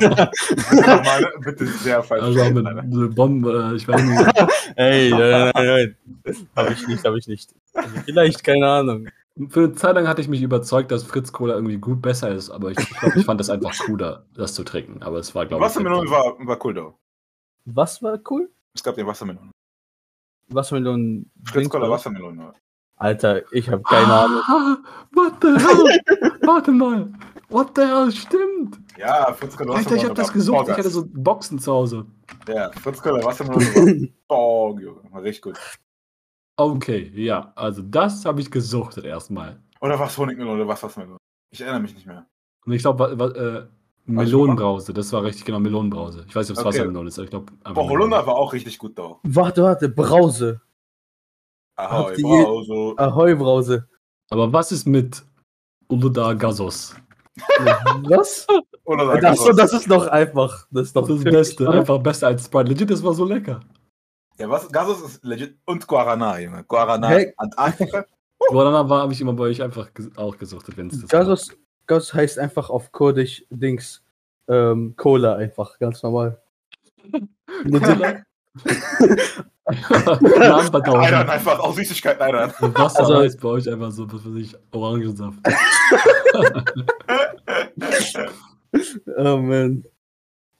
Nochmal, bitte sehr falsch Also auch verstanden. mit Alter. mit Bomben, äh, ich weiß nicht. Ey, nein, nein, nein. Hab ich nicht, hab ich nicht. Also vielleicht, keine Ahnung. Für eine Zeit lang hatte ich mich überzeugt, dass Fritz Cola irgendwie gut besser ist, aber ich glaube, ich fand das einfach cooder, das zu trinken. Aber es war, glaube ich. Wassermelone war, war cool, though. Was war cool? Es gab den Wassermelone. Wassermelon. Fritz-Cola Wassermelone. Alter, ich habe keine Ahnung. Ah, what the hell? Warte mal. What the hell, stimmt. Ja, 40 Kilo Alter, ich hab das gesucht. Ich hatte so Boxen zu Hause. Ja, 40 Kilo Wassermelone. Oh, Junge, war richtig gut. Okay, ja. Also das habe ich gesuchtet erstmal. Oder was Honigmelone oder was Wassermelone? Ich erinnere mich nicht mehr. Und ich glaube, äh, Melonenbrause. Das war richtig, genau, Melonenbrause. Ich weiß nicht, ob es Okay. Wassermelone ist. aber Ich glaub, einfach Boah, Melone. Holunder war auch richtig gut da. Warte, warte, Brause. Ahoi, Habt ihr- Brause. Ahoi, Brause. Aber was ist mit Uludar Gazos? Was? Oder sag Das, was. das ist doch einfach. Das ist doch Das ist das Beste. Einfach besser als Sprite. Legit, das war so lecker. Ja, was? Gasos ist legit. Und Guarana, Junge. Guarana, Hey. Antarktika. Guarana war, habe ich immer bei euch einfach ges auch gesuchtet, wenn es das gab. Gasos, Gasos heißt einfach auf Kurdisch Dings. Ähm, Cola einfach, ganz normal. Nutella. Namen Einern vertauschen. einfach, auch Süßigkeiten einern. Wasser Also- heißt bei euch einfach so, was weiß ich, Orangensaft. Oh, man.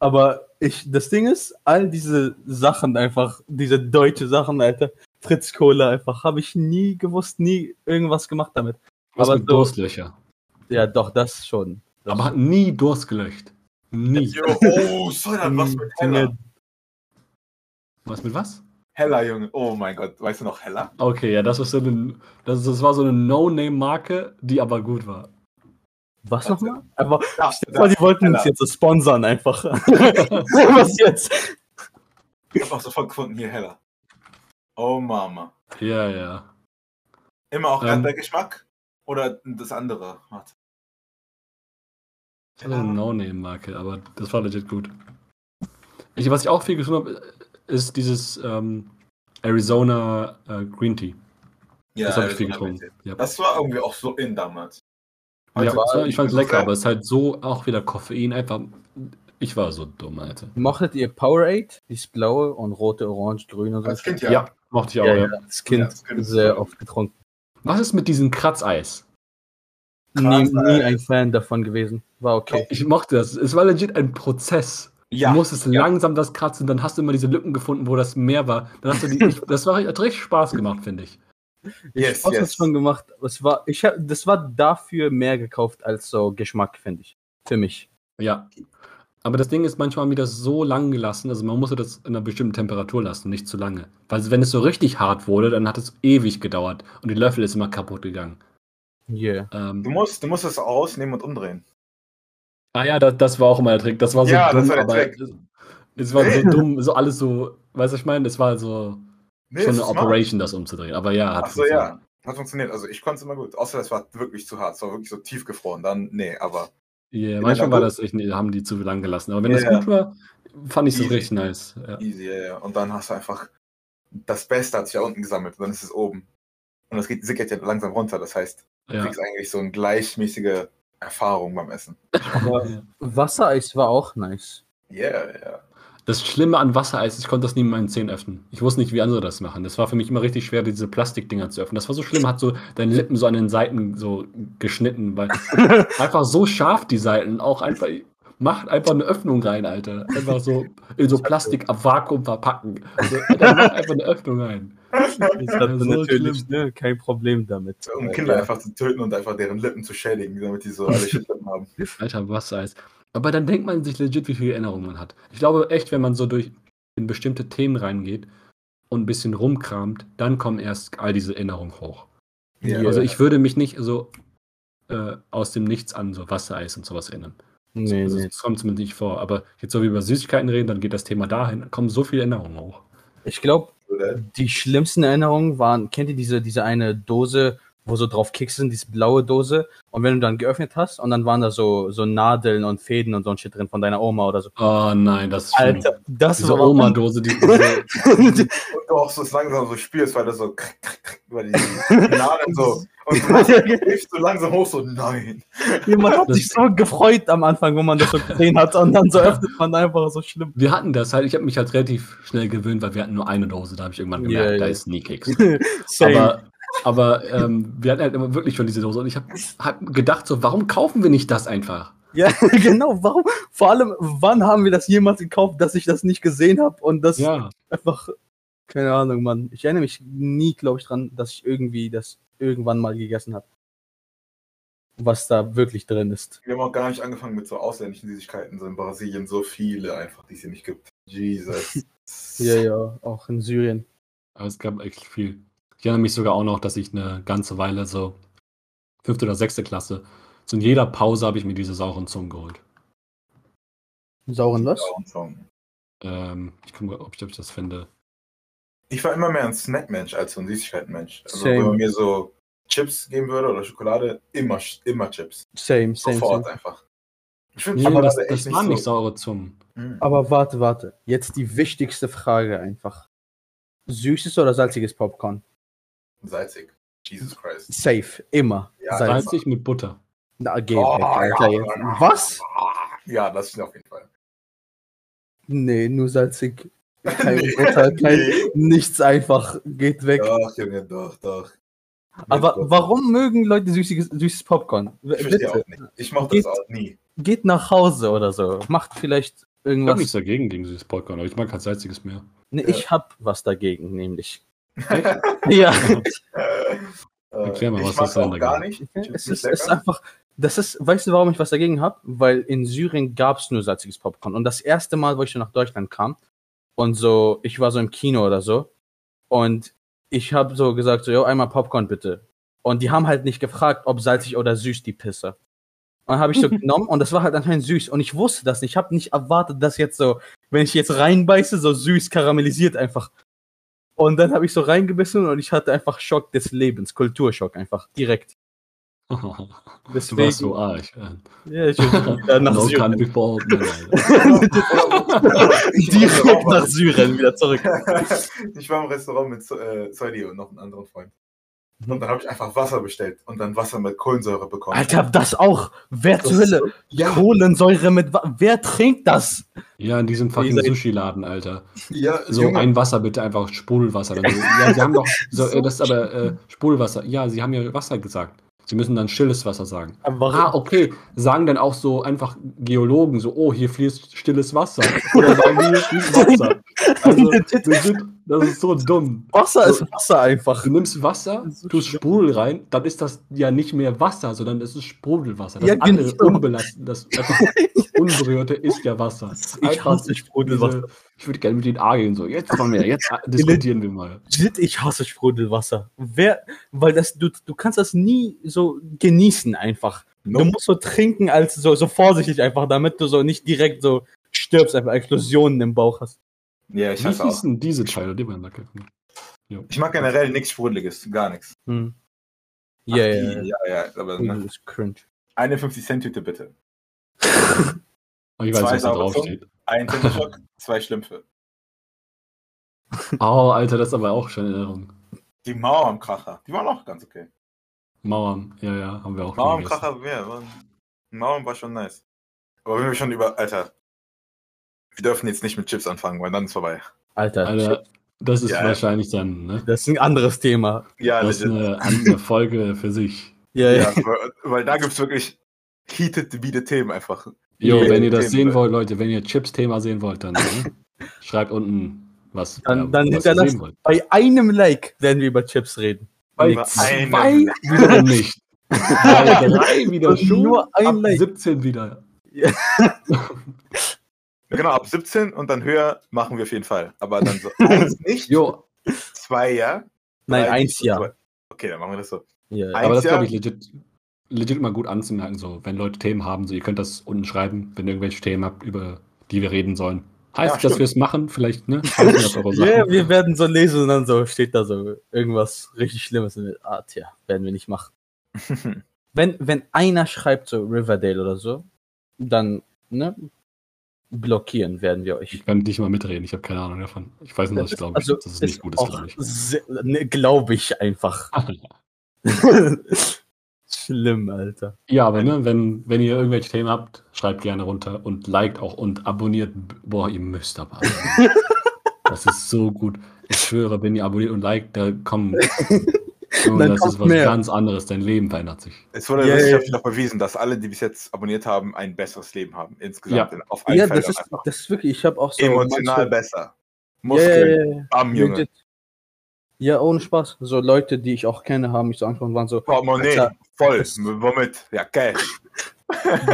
Aber ich, das Ding ist, all diese Sachen einfach, diese deutsche Sachen, Alter, Fritz Cola einfach, habe ich nie gewusst, nie irgendwas gemacht damit. Was Aber mit so- Durstlöcher. Ja, doch, das schon. Das Aber hat nie Durst gelöcht. Nie. Yo, oh, Söder, was Hm, Hm, mit Heller? Junge, Was mit was? Heller, Junge. Oh mein Gott, weißt du noch Heller? Okay, ja, das, ist so eine, das, das war so eine No-Name-Marke, die aber gut war. Was nochmal? Aber Ja, stell dir mal, die wollten uns Heller. jetzt so sponsern einfach. was jetzt? Ich hab auch sofort gefunden, hier Heller. Oh Mama. Ja, ja. Immer auch Ähm. ähm. der Geschmack? Oder das andere? Warte. Das war so eine No-Name-Marke, aber das war legit gut. Ich, was ich auch viel gefunden habe, ist dieses ähm, Arizona äh, Green Tea. Ja, Das habe ich Arizona viel getrunken. Basic. Ja. Das war irgendwie auch so in damals. Ja, Heute- das war, ich fand es lecker, Zeit- aber es ist halt so auch wieder Koffein, einfach. Ich war so dumm, Alter. Mochtet ihr Powerade? Dieses blaue und rote, orange, grün und so. Als Kind, ja. Ja, mochte ich auch. ja, ja. ja, als Kind Ja, als Kind. sehr oft getrunken. Was ist mit diesem Kratzeis? Nie, Krass, nie ein Fan davon gewesen. War okay. Ich mochte das. Es war legit ein Prozess. ja. du musstest ja. langsam das kratzen, dann hast du immer diese Lücken gefunden, wo das mehr war. Dann hast du die, ich, das war, hat richtig Spaß gemacht, finde ich. Yes, Hast yes. das schon gemacht? Das war, ich hab, das war dafür mehr gekauft als so Geschmack, finde ich. Für mich. Ja. Aber das Ding ist, manchmal haben die das so lang gelassen, also man musste das in einer bestimmten Temperatur lassen, nicht zu lange. Weil wenn es so richtig hart wurde, dann hat es ewig gedauert und die Löffel ist immer kaputt gegangen. Yeah. Du Ähm, musst, du musst es rausnehmen und umdrehen. ah ja, das, das war auch immer der Trick. Das war so Ja, das dumm, war der aber Trick. Es, es war so dumm, so alles so, weißt du, was ich meine, es war so Nee, schon eine es ist smart. Operation, das umzudrehen. Aber ja, hat Ach so, ja. funktioniert. Hat funktioniert. Also ich konnte es immer gut. Außer es war wirklich zu hart. Es war wirklich so tiefgefroren. Dann, nee, aber Yeah, Ja, manchmal na war gut. das echt, nee, haben die zu lang gelassen. Aber wenn Ja, das ja. gut war, fand ich das Easy. richtig nice. Ja. easy, ja, ja. Und dann hast du einfach das Beste hat sich ja unten gesammelt. Und dann ist es oben. Und das geht, sickert ja langsam runter. Das heißt, du Ja. kriegst eigentlich so eine gleichmäßige Erfahrung beim Essen. Wassereis war auch nice. Yeah, yeah. Das Schlimme an Wassereis, ich konnte das nie mit meinen Zähnen öffnen. Ich wusste nicht, wie andere das machen. Das war für mich immer richtig schwer, diese Plastikdinger zu öffnen. Das war so schlimm, hat so deine Lippen so an den Seiten so geschnitten, weil einfach so scharf die Seiten auch einfach macht einfach eine Öffnung rein, Alter. Einfach so in so Plastik ab Vakuum verpacken. Also, Alter, mach einfach eine Öffnung rein. Ich Ja, hatte so natürlich ne, kein Problem damit. Um Äh, Kinder ja. einfach zu töten und einfach deren Lippen zu schädigen, damit die so alle Schitten haben. Alter, Wassereis. Aber dann denkt man sich legit, wie viel Erinnerung man hat. Ich glaube echt, wenn man so durch in bestimmte Themen reingeht und ein bisschen rumkramt, dann kommen erst all diese Erinnerungen hoch. Ja. Also ich würde mich nicht so äh, aus dem Nichts an so Wassereis und sowas erinnern. Nee, Also nee. das kommt zumindest nicht vor. Aber jetzt, so wie wir über Süßigkeiten reden, dann geht das Thema dahin, dann kommen so viele Erinnerungen hoch. Ich glaube, Oder? die schlimmsten Erinnerungen waren, kennt ihr diese, diese eine Dose, wo so drauf Keks sind, diese blaue Dose? Und wenn du dann geöffnet hast und dann waren da so, so Nadeln und Fäden und so ein Shit drin von deiner Oma oder so. Oh nein, das ist schlimm. Alter, das Diese war Oma-Dose, die diese, Und du auch so langsam so spürst, weil das so krick, krick, krick über die Nadeln so. Und du machst- hilfst so langsam hoch, so nein. Jemand hat Das- sich so gefreut am Anfang, wo man das so gesehen hat, und dann so öffnet man einfach so schlimm. wir hatten das halt, ich habe mich halt relativ schnell gewöhnt, weil wir hatten nur eine Dose, da habe ich irgendwann gemerkt, Ja, ja. da ist nie Keks. Same. Aber, aber ähm, wir hatten halt immer wirklich schon diese Dose. Und ich habe hab gedacht, so, warum kaufen wir nicht das einfach? ja, genau. Warum? Vor allem, wann haben wir das jemals gekauft, dass ich das nicht gesehen habe und das Ja. einfach. Keine Ahnung, Mann. Ich erinnere mich nie, glaube ich, dran, dass ich irgendwie das irgendwann mal gegessen habe. was da wirklich drin ist. Wir haben auch gar nicht angefangen mit so ausländischen Süßigkeiten, so in Brasilien so viele einfach, die es hier nicht gibt. Jesus. Ja, ja, auch in Syrien. Aber es gab echt viel. Ich erinnere mich sogar auch noch, dass ich eine ganze Weile so fünfte oder sechste Klasse, so in jeder Pause habe ich mir diese sauren Zungen geholt. Sauren was? Downtown. Ähm, ich gucke mal, ob ich, ob ich das finde. Ich war immer mehr ein Snackmensch als so ein Süßigkeitenmensch. Also Same. wenn man mir so Chips geben würde oder Schokolade, immer, immer Chips. Same, same, Sofort same. einfach. Ich finde Nee, Schokolade das, echt das nicht waren so. nicht saure Zungen. Mhm. Aber warte, warte. Jetzt die wichtigste Frage einfach. Süßes oder salziges Popcorn? Salzig. Jesus Christ. Safe, immer. Ja, Salz. Salzig mit Butter. Na, geh Oh, weg, Alter. ja. Jetzt. Was? Ja, das ist auf jeden Fall. Nee, nur salzig. Kein Nee. Butter, kein, Nee. nichts einfach. Geht weg. Doch, Junge, doch, doch. Aber Mit- warum mögen Leute süßiges, süßes Popcorn? W- Ich verstehe Bitte, auch nicht. Ich mochte Geht- das auch nie. geht nach Hause oder so. Macht vielleicht Ich habe irgendwas. nichts dagegen gegen dieses Popcorn, aber ich mag kein salziges mehr. nee, Ja. ich hab was dagegen, nämlich. ja. Äh, Erklär mal, ich was mag das denn auch da gar gibt. nicht. Ich find's Es nicht ist, es ist lecker. einfach, das ist, weißt du, warum ich was dagegen habe? Weil in Syrien gab es nur salziges Popcorn. Und das erste Mal, wo ich so nach Deutschland kam, und so, ich war so im Kino oder so, und ich habe so gesagt, so, yo, einmal Popcorn bitte. Und die haben halt nicht gefragt, ob salzig oder süß die Pisse. Und dann habe ich so genommen und das war halt anscheinend süß. Und ich wusste das nicht. Ich habe nicht erwartet, dass jetzt so, wenn ich jetzt reinbeiße, so süß karamellisiert einfach. Und dann habe ich so reingebissen und ich hatte einfach Schock des Lebens, Kulturschock einfach, direkt. du Deswegen, warst so arg. ja, ich will wieder nach no Syrien. country for old men, Alter. Ich war im Direkt nach Restaurant- Syrien wieder zurück. ich war im Restaurant mit so- äh, Soli und noch einem anderen Freund. Und dann habe ich einfach Wasser bestellt und dann Wasser mit Kohlensäure bekommen. Alter, das auch. Wer Das zur ist Hölle? Kohlensäure mit. Wa- Wer trinkt das? Ja, in diesem fucking seid- Sushi-Laden, Alter. ja, So Junge, ein Wasser bitte, einfach Sprudelwasser. Dann so, ja, sie haben doch, so, äh, das ist aber äh, Sprudelwasser. Ja, sie haben ja Wasser gesagt. Sie müssen dann stilles Wasser sagen. Ah, okay. Sagen dann auch so einfach Geologen so, oh, hier fließt stilles Wasser. Oder sagen die, hier fließt Wasser. Also, wir sind, das ist so dumm. Ah, Wasser ist Wasser einfach. Du nimmst Wasser, Das ist so tust schlimm. Sprudel rein, dann ist das ja nicht mehr Wasser, sondern es ist Sprudelwasser. Das Ja, andere genau. unbelastete, das einfach unberührte ist ja Wasser. Ich Einfach hasse diese, Sprudelwasser. ich würde gerne mit denen ageln, so jetzt kommen wir, jetzt äh, diskutieren wir mal. Shit, ich hasse Sprudelwasser. Wer, weil das, du, du kannst das nie so genießen einfach. Du nope. musst so trinken, als so, so vorsichtig einfach, damit du so nicht direkt so stirbst, einfach Explosionen im Bauch hast. Ja, ich Wie hasse auch. hießen diese Teile, die man da kennt? Ja. Ich mag generell nichts Sprudeliges, gar nichts. Hm. Ach, Ja, ja, die- ja. Mhm. ja, ja. Aber, Das ne? ist cringe. Eine 50-Cent-Tüte bitte. Aber Ich weiß, Zwei was da saure draufsteht. Ein Tinterschock, zwei Schlümpfe. Oh, Alter, das ist aber auch schon Erinnerung. Die Mauerkracher, die waren auch ganz okay. Mauern, ja, ja, haben wir auch schon gegessen. Mauernkracher, ja, war, Mauern war schon nice. Aber wenn wir schon über, Alter, wir dürfen jetzt nicht mit Chips anfangen, weil dann ist vorbei. Alter, Alter, das ist Ja. wahrscheinlich dann, ne? das ist ein anderes Thema. Ja, Das ist legit. eine andere Folge für sich. Ja, ja weil, weil da gibt's wirklich heated wieder Themen einfach. Jo, Jede wenn ihr das Themen- sehen wollt, Leute, wenn ihr Chips-Thema sehen wollt, dann ne, schreibt unten was. Dann- äh, dann was ihr hinterlasst- sehen wollt. Bei einem Like werden wir über Chips reden. Bei Nix. einem- zwei wiederum nicht. Bei drei wieder schon. Nur ein ab Like. 17 wieder. Genau, ab 17 und dann höher machen wir auf jeden Fall. Aber dann so eins nicht, Jo, zwei ja. Nein, drei eins nicht und ja. zwei. Okay, dann machen wir das so. Ja, ja. Eins aber das ja. glaube ich legit, legit immer gut anzumerken, so, wenn Leute Themen haben, so, ihr könnt das unten schreiben, wenn ihr irgendwelche Themen habt, über die wir reden sollen. Ja, Heißt, dass stimmt. wir es machen, vielleicht, ne? 500 Euro Sachen. Ja, wir werden so lesen und dann so steht da so irgendwas richtig Schlimmes in der Art. Ja, werden wir nicht machen. Wenn, wenn einer schreibt so Riverdale oder so, dann ne, blockieren werden wir euch. Ich kann nicht mal mitreden, ich habe keine Ahnung davon. Ich weiß nur, dass ich glaube, Also dass es nicht gut ist, glaube ich. Ne, glaube ich einfach. Schlimm, Alter. Ja, aber ne, wenn, wenn ihr irgendwelche Themen habt, schreibt gerne runter und liked auch und abonniert. Boah, ihr müsst aber. abonnieren. Das ist so gut. Ich schwöre, wenn ihr abonniert und liked, da kommen. Junge, Dann das kommt ist was mehr. ganz anderes. Dein Leben verändert sich. Es wurde Yeah. wissenschaftlich auch bewiesen, dass alle, die bis jetzt abonniert haben, ein besseres Leben haben. Insgesamt. in- Auf allen Ja, Feldern das ist, einfach. das ist wirklich, ich habe auch so. Emotional manche- besser. Ja, Muskeln. ja, ja. Am Junge. Legit. Ja, ohne Spaß. So Leute, die ich auch kenne, haben mich so angesprochen und waren so, Portemonnaie, Alter. oh, voll, womit? Ja, Cash.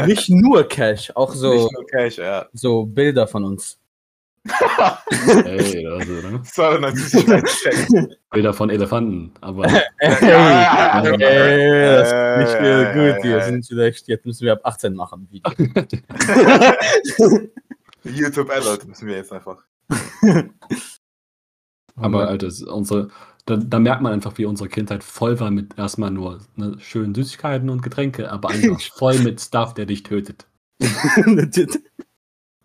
nicht nur Cash, auch so, Nicht nur Cash, ja. so Bilder von uns. Ey, also, ne? Sorry, natürlich. Bilder von Elefanten. Aber Ja, Ey, ja, das ist nicht ja, äh, ja, gut. Hier ja. sind vielleicht, jetzt müssen wir ab 18 machen. Video. YouTube Adult müssen wir jetzt einfach. Aber Alter, es ist unsere, da, da merkt man einfach, wie unsere Kindheit voll war mit erstmal nur ne, schönen Süßigkeiten und Getränke, aber einfach voll mit Stuff, der dich tötet. Yes.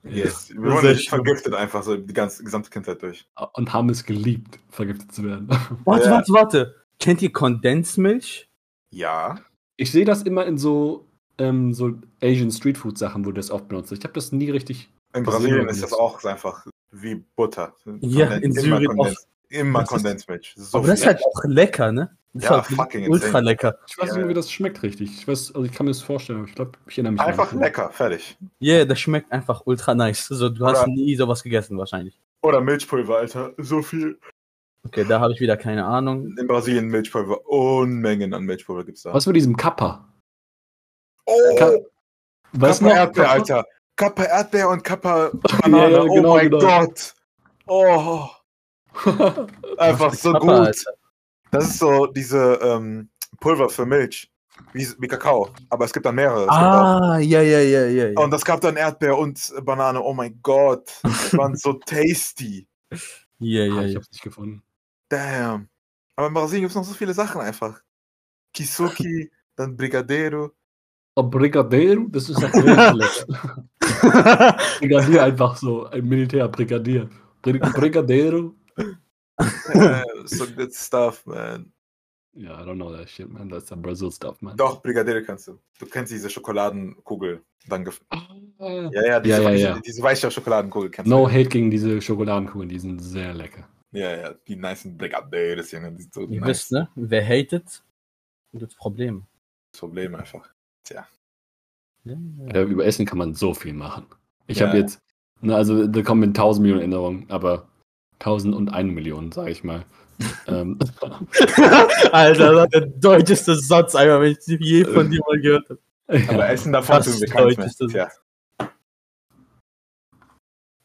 Wir Sehr wurden nicht schlimm. vergiftet einfach so die ganze gesamte Kindheit durch. Und haben es geliebt, vergiftet zu werden. warte, Ja. warte, warte. Kennt ihr Kondensmilch? Ja. Ich sehe das immer in so, ähm, so Asian Streetfood Sachen, wo das oft benutzt. wird. Ich habe das nie richtig. In Das Brasilien ist ist das jetzt- auch einfach wie Butter. Ja, Kondens- in immer Syrien Kondens, Immer Das ist- Kondensmilch. So Aber das ist viel. halt auch lecker, ne? Das Ja, ist fucking ultra insane. lecker. Ich weiß Ja, nicht mehr, ja. wie das schmeckt richtig. Ich weiß, also ich kann mir das vorstellen, aber ich glaube, ich erinnere mich einfach daran. lecker, fertig. Yeah, das schmeckt einfach ultra nice. So, du hast Oder- nie sowas gegessen wahrscheinlich. Oder Milchpulver, Alter. So viel. Okay, da habe ich wieder keine Ahnung. In Brasilien Milchpulver. Unmengen an Milchpulver gibt's da. Was mit diesem Kappa? Ka- Oh, Weißt du Kappa noch? Erdbeer, Kappa? Alter. Kappa Erdbeer und Kappa Banane. ja, genau, oh mein genau. Gott. Oh, einfach so Papa, gut. Alter. Das ist so diese ähm, Pulver für Milch, wie, wie Kakao. Aber es gibt dann mehrere. Es gibt Ah, ja, ja, ja, ja. auch- ja. Und das gab dann Erdbeer und Banane. Oh mein Gott. Die waren so tasty. ja, ja, Ah, ich ja. habe es nicht gefunden. Damn. Aber in Brasilien gibt es noch so viele Sachen einfach. Kisuki, dann Brigadeiro. Oh, Brigadeiro, das ist das lecker. Brigadier einfach so, ein Militär, Brigadier. Brig Brigadero? äh, so good stuff, man. Ja, I don't know that shit, man. That's some Brazil stuff, man. Doch, Brigadeiro kannst du. Du kennst diese Schokoladenkugel. Dann gef- Ah. ja, ja, diese, Ja, ja, weiche, ja. diese weiche Schokoladenkugel kennst No du. hate gegen diese Schokoladenkugeln, die sind sehr lecker. Ja, ja, die nicen Brigadeiros, Junge. Die sind so Ihr nice. wisst, ne? Wer hatet, gibt's Probleme. Problem einfach. Ja, ja. Äh, über Essen kann man so viel machen. Ich Ja. habe jetzt, ne, also da kommen mit 1000 Millionen Erinnerungen, aber 1001 Millionen, sage ich mal. ähm, Alter, das ist der deutscheste Satz, einmal, wenn ich je von dir mal gehört habe. Aber ja. Essen davon Genau. Das tun wir ist keins deutlichste mehr. Tja.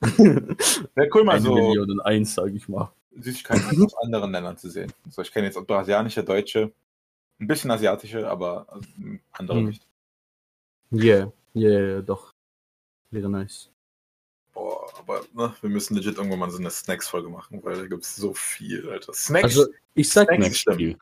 Wäre cool, mal Eine so Million und eins, sag ich mal. Süßigkeiten aus anderen Ländern zu sehen. So, ich kenne jetzt brasilianische, deutsche, ein bisschen asiatische, aber ähm, andere Mhm. nicht. Yeah, yeah, yeah, doch. Wäre nice. Boah, aber ne, wir müssen legit irgendwann mal so eine Snacks-Folge machen, weil da gibt es so viel, Alter. Snacks? Also, ich sag, Snack. Next Spiel.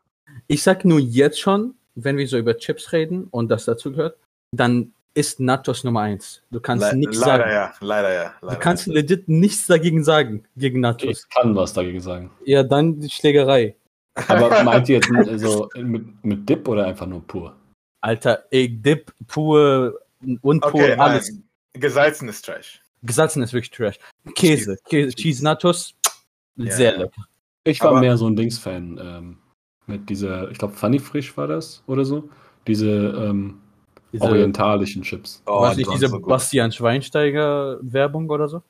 ich sag nur jetzt schon, wenn wir so über Chips reden und das dazu gehört, dann ist Nachos Nummer eins. Du kannst Le- nichts leider sagen. ja, leider ja. Leider Du kannst legit nichts dagegen sagen, gegen Nachos. Ich kann was dagegen sagen. Ja, dann die Schlägerei. Aber meint ihr jetzt äh, so mit, mit Dip oder einfach nur pur? Alter, ey, Dip, pur, unpur, okay, nein. alles. Gesalzen ist Trash. Gesalzen ist wirklich trash. Käse, Käse, Cheese Nachos, Ja, sehr ja. lecker. Ich war Aber- mehr so ein Dings-Fan ähm, mit dieser, ich glaube, Funny Frisch war das oder so. Diese, ähm, Diese, orientalischen Chips. Oh, weiß die nicht, waren diese so gut. Bastian Schweinsteiger Werbung oder so?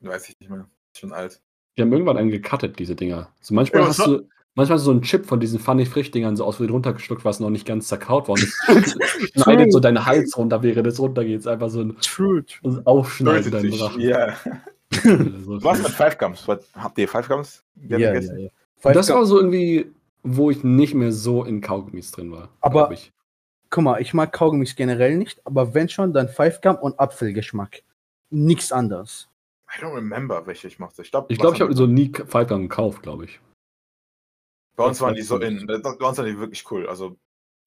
Weiß ich nicht mehr. Schon alt. Die haben irgendwann einen gecuttet, diese Dinger. So manchmal Ja, hast was du. Manchmal hast du so einen Chip von diesen Funny Frisch-Dingern so ausführlich runtergeschluckt, was noch nicht ganz zerkaut war. Und es schneidet so deinen Hals runter, während es runtergeht. Es ist einfach so ein, True. so ein Aufschneiden Tötet deinem dich. Drachen. Ja. So Was viel. mit Five Gums? Was- Habt ihr Five Gums? Ja, ja, ja. das war so irgendwie, wo ich nicht mehr so in Kaugummis drin war. Aber- glaub ich. Guck mal, ich mag Kaugummis generell nicht, aber wenn schon, dann Five Gum und Apfelgeschmack. Nichts anderes. I don't remember, welche ich mochte. Ich glaube, ich, glaub, ich habe so nie Five Gum gekauft, glaube ich. Bei uns waren die so in, bei uns waren die wirklich cool. Also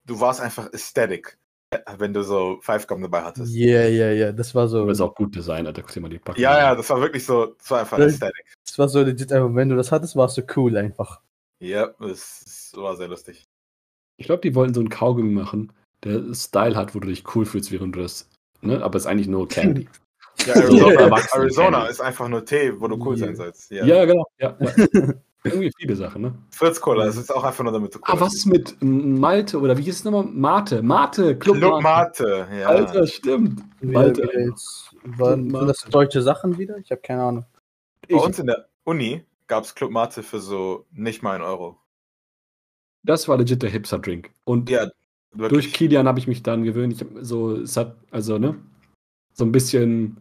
du warst einfach aesthetic, wenn du so Five Gum dabei hattest. Ja, ja, ja, das war so. Aber ist auch gut Design, Alter. Guck dir mal die Packung Ja, an. ja, das war wirklich so, das war einfach Ja. aesthetic. Das war so legit, einfach, wenn du das hattest, warst du cool einfach. Ja, das ist- war sehr lustig. Ich glaube, die wollten so einen Kaugummi machen, der Style hat, wo du dich cool fühlst, während du das. Ne? Aber es ist eigentlich nur Candy. Ja, Ja. Arizona, Erwachsene äh, Arizona Candy. ist einfach nur Tee, wo du cool Ja. sein sollst. Ja. Ja, genau. Ja, ja. Irgendwie viele Sachen, ne? Fritz Cola, das ist auch einfach nur damit du cool Ah, was ist bist. mit Malte oder wie ist es nochmal? Mate, Mate, Club, Mate. Club Mate, ja. Alter, stimmt. Malte. Wieder- wieder jetzt- waren, sind das deutsche Sachen wieder? Ich habe keine Ahnung. Bei Ich, uns in der Uni gab es Club Mate für so nicht mal einen Euro. Das war legit der Hipster-Drink. Und Ja, durch wirklich. Kilian habe ich mich daran gewöhnt. Ich hab so, es hat, also, ne? So ein bisschen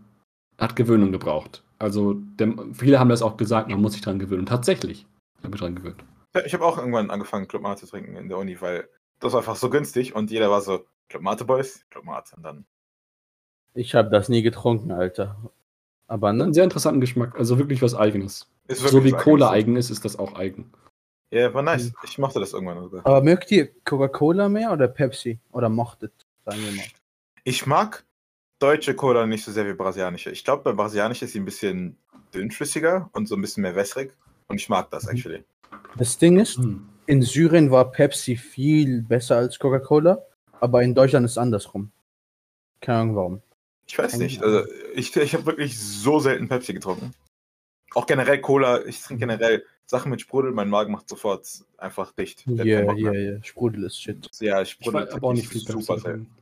hat Gewöhnung gebraucht. Also, dem, viele haben das auch gesagt, man muss sich dran gewöhnen. Und tatsächlich habe ich mich dran gewöhnt. Ja, Ich habe auch irgendwann angefangen, Club Mate zu trinken in der Uni, weil das war einfach so günstig und jeder war so, Club Mate Boys, Club Mate. Und dann, Ich habe das nie getrunken, Alter. Aber Hat ne? einen sehr interessanten Geschmack, also wirklich was Eigenes. ist so wirklich wie eigenes Cola Mhm. Ding. eigen ist, ist das auch eigen. Ja, war nice. Ich mochte das irgendwann sogar. Aber mögt ihr Coca-Cola mehr oder Pepsi? Oder mochtet, sagen wir mal. Ich mag deutsche Cola nicht so sehr wie brasilianische. Ich glaube, bei brasilianisch ist sie ein bisschen dünnflüssiger und so ein bisschen mehr wässrig. Und ich mag Mhm. das, actually. Das Ding ist, Hm, in Syrien war Pepsi viel besser als Coca-Cola, aber in Deutschland ist es andersrum. Keine Ahnung warum. Ich weiß nicht. Also, ich ich habe wirklich so selten Pepsi getrunken. Auch generell Cola. Ich Mhm. trinke generell Sachen mit Sprudel. Mein Magen macht sofort einfach dicht. Der ne? hat keinen Yeah, Bock mehr. yeah, yeah. Sprudel ist shit. Ja, Ich Sprudel war aber auch nicht viel super Pepsi selten. getrunken.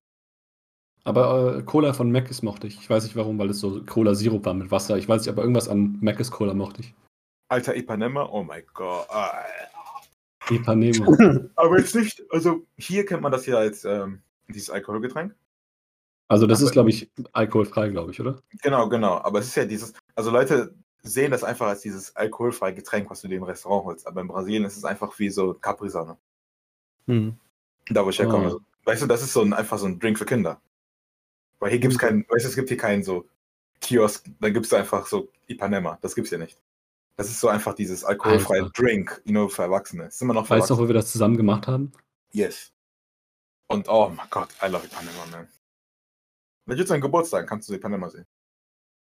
Aber äh, Cola von Mc's mochte ich. Ich weiß nicht warum, weil es so Cola-Sirup war mit Wasser. Ich weiß nicht, aber irgendwas an Mc's Cola mochte ich. Alter Ipanema, oh mein Gott. Ah. Ipanema. Aber jetzt nicht, also hier kennt man das hier als ähm, dieses Alkoholgetränk. Also das Aber- ist, glaube ich, alkoholfrei, glaube ich, oder? Genau, genau. Aber es ist ja dieses, also Leute sehen das einfach als dieses alkoholfreie Getränk, was du dir im Restaurant holst. Aber in Brasilien ist es einfach wie so Capri-Sonne. Hm. Da, wo ich herkomme. Ah. Also, Weißt du, das ist so ein, einfach so ein Drink für Kinder. Weil hier Mhm. gibt es keinen, weißt du, es gibt hier keinen so Kiosk, dann gibt es einfach so Ipanema. Das gibt's hier nicht. Das ist so einfach dieses alkoholfreie Alter. Drink, nur für Erwachsene. Es ist immer noch für Weißt du noch, Erwachsene. wo wir das zusammen gemacht haben? Yes. Und oh mein Gott, I love Ipanema, man. Wenn jetzt dein Geburtstag, kannst du Ipanema sehen.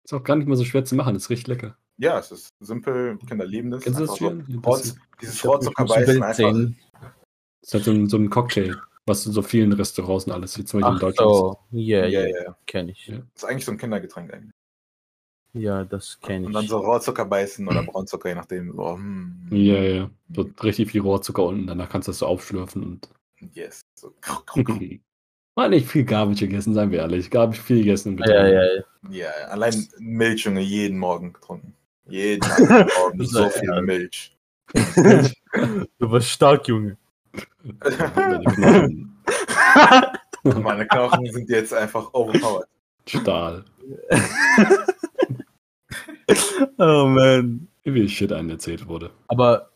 Ist auch gar nicht mal so schwer zu machen, ist richtig lecker. Ja, es ist simpel, Kinder lieben das. Kennst du einfach das so. Julian? Ja, Rotz, das dieses Ich glaub, ich muss ein Rotzockerbeißen Bild einfach. sehen. Ist halt so ein, so ein Cocktail, was in so vielen Restaurants und alles, wie zum Beispiel in Ach Deutschland. so, yeah, Ja, yeah, ja, ja. kenne ich. Ja. Ist eigentlich so ein Kindergetränk eigentlich. Ja, das kenne Und dann ich. so Rohrzuckerbeißen oder Braunzucker, je nachdem. So, hm, ist. Ja, ja, ja. So richtig viel Rohrzucker unten, danach kannst du das so aufschlürfen und. Yes. So, krach, krach, krach. War nicht viel Garbage gegessen, seien wir ehrlich. Garbage viel gegessen. und Ja, ja, ja. ja, allein Milch, Junge, jeden Morgen getrunken. Jeden einzelnen Morgen so Ja, viel ja. Milch. Du warst stark, Junge. getrunken. Meine Knochen. Meine Knochen sind jetzt einfach overpowered. Stahl. Oh man. Wie Shit einem erzählt wurde. Aber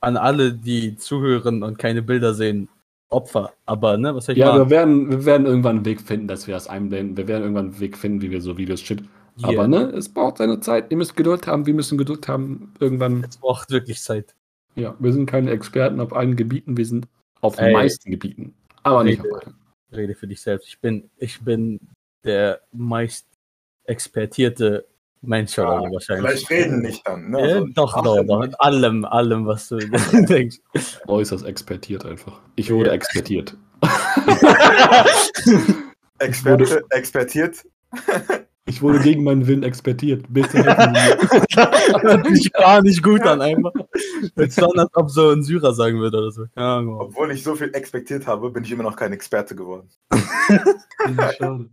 an alle, die zuhören und keine Bilder sehen, Opfer. Aber, ne, was soll ich Ja, wir machen? werden, wir werden irgendwann einen Weg finden, dass wir das einblenden. Wir werden irgendwann einen Weg finden, wie wir so Videos shit. Yeah. Aber ne, es braucht seine Zeit. Ihr müsst Geduld haben, wir müssen Geduld haben. Irgendwann, Es braucht wirklich Zeit. ja, wir sind keine Experten auf allen Gebieten, wir sind auf den Ey. meisten Gebieten. Aber nicht Rede. auf allen. Rede für dich selbst. Ich bin, ich bin der meist expertierte Mensch oder so wahrscheinlich. Ah, Vielleicht reden nicht dann. Ne? Ja, Also, doch, doch, machen doch. nicht. In allem, allem, was du denkst. Äußerst expertiert einfach. Ich wurde Ja. expertiert. Experte, expertiert. Ich wurde gegen meinen Willen expertiert. Bitte helfen Sie mir. Hört sich gar nicht gut an, einfach. Wenn es dann, als ob so ein Syrer sagen würde oder so. Keine Ahnung. warum. Obwohl ich so viel expertiert habe, bin ich immer noch kein Experte geworden. Ja, schade.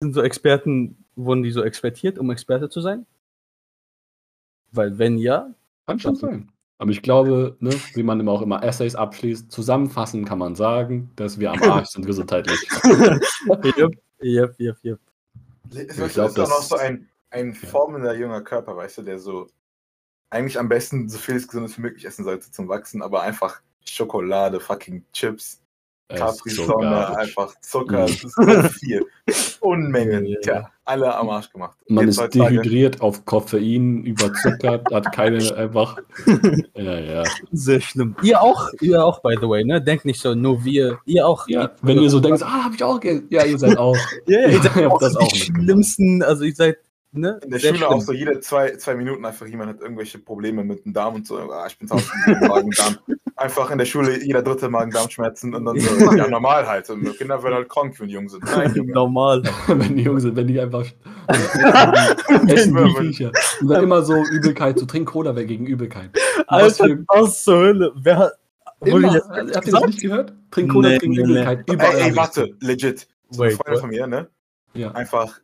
Sind so Experten, wurden die so expertiert, um Experte zu sein? Weil wenn ja, Kann schon sein. Aber ich glaube, ne, wie man immer auch immer Essays abschließt, zusammenfassend kann man sagen, dass wir am Arsch sind gesundheitlich. yep, yep, yep, yep. Ich glaub, das ist auch noch das- so ein, ein formender junger Körper, weißt du, der so eigentlich am besten so viel Gesundes wie möglich essen sollte zum Wachsen, aber einfach Schokolade, fucking Chips, Es ist so Capri-Sonne, garbage. einfach Zucker, Mhm. das ist so viel. Unmengen. Ja, ja, ja. Tja, alle am Arsch gemacht. Man Jetzt ist heutzutage- dehydriert auf Koffein, überzuckert, hat keine einfach. Ja, ja. Sehr schlimm. Ihr auch, ihr auch, by the way, ne? Denkt nicht so, nur wir, ihr auch. ja wenn ihr so denkt, ah, hab ich auch Geld. Ja, ihr seid auch. Ja, ihr Ich seid hab auch das die auch mitgemacht. schlimmsten, also ihr seid, ne? In der Sehr Schule auch so schlimm. jede zwei, zwei Minuten einfach jemand hat irgendwelche Probleme mit dem Darm und so. Ah, ich bin tausend Magen-Darm. Einfach in der Schule jeder dritte Magen-Darm-Schmerzen und dann so, ja, normal halt. Und Kinder werden halt krank, wenn die jung sind. Nein, Junge. Normal. wenn die Jungs sind, wenn die einfach essen Wenn wie die- Viecher. Und dann immer so Übelkeit, so trink Cola weg gegen Übelkeit. Was Alter, für- was zur Hölle? Wer hat. Wurde Immer, ich jetzt habt ihr das gesagt? nicht gehört? Trink Cola Nee, gegen nee, nee. Übelkeit. Überall Ey, hab ey, ich- warte, legit. So eine Wait, Freundin what? von mir, ne? Ja. Einfach,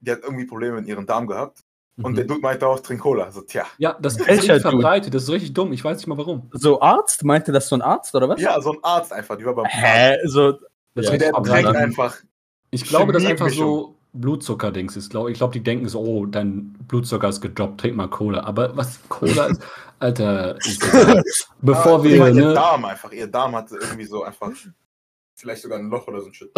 die hat irgendwie Probleme mit ihrem Darm gehabt. Und Mhm. der Dude meinte auch, trink Cola. So, tja. Ja, das ist Welcher richtig Dude? verbreitet. Das ist richtig dumm. Ich weiß nicht mal warum. So Arzt? Meinte das so ein Arzt oder was? Ja, so ein Arzt einfach. Die war beim Arzt. Hä? So, Das Ja, ist Der richtig aber dann- trinkt verbreitet. einfach. um. Ich glaube, das ist einfach so Blutzuckerdings ist. Glaub, ich glaube, die denken so, oh, dein Blutzucker ist gedroppt, trink mal Cola. Aber was Cola ist, Alter, ist egal. bevor Ah, die wir, meint Ihr ne, Darm einfach. Ihr Darm hatte irgendwie so einfach. Vielleicht sogar ein Loch oder so ein Shit.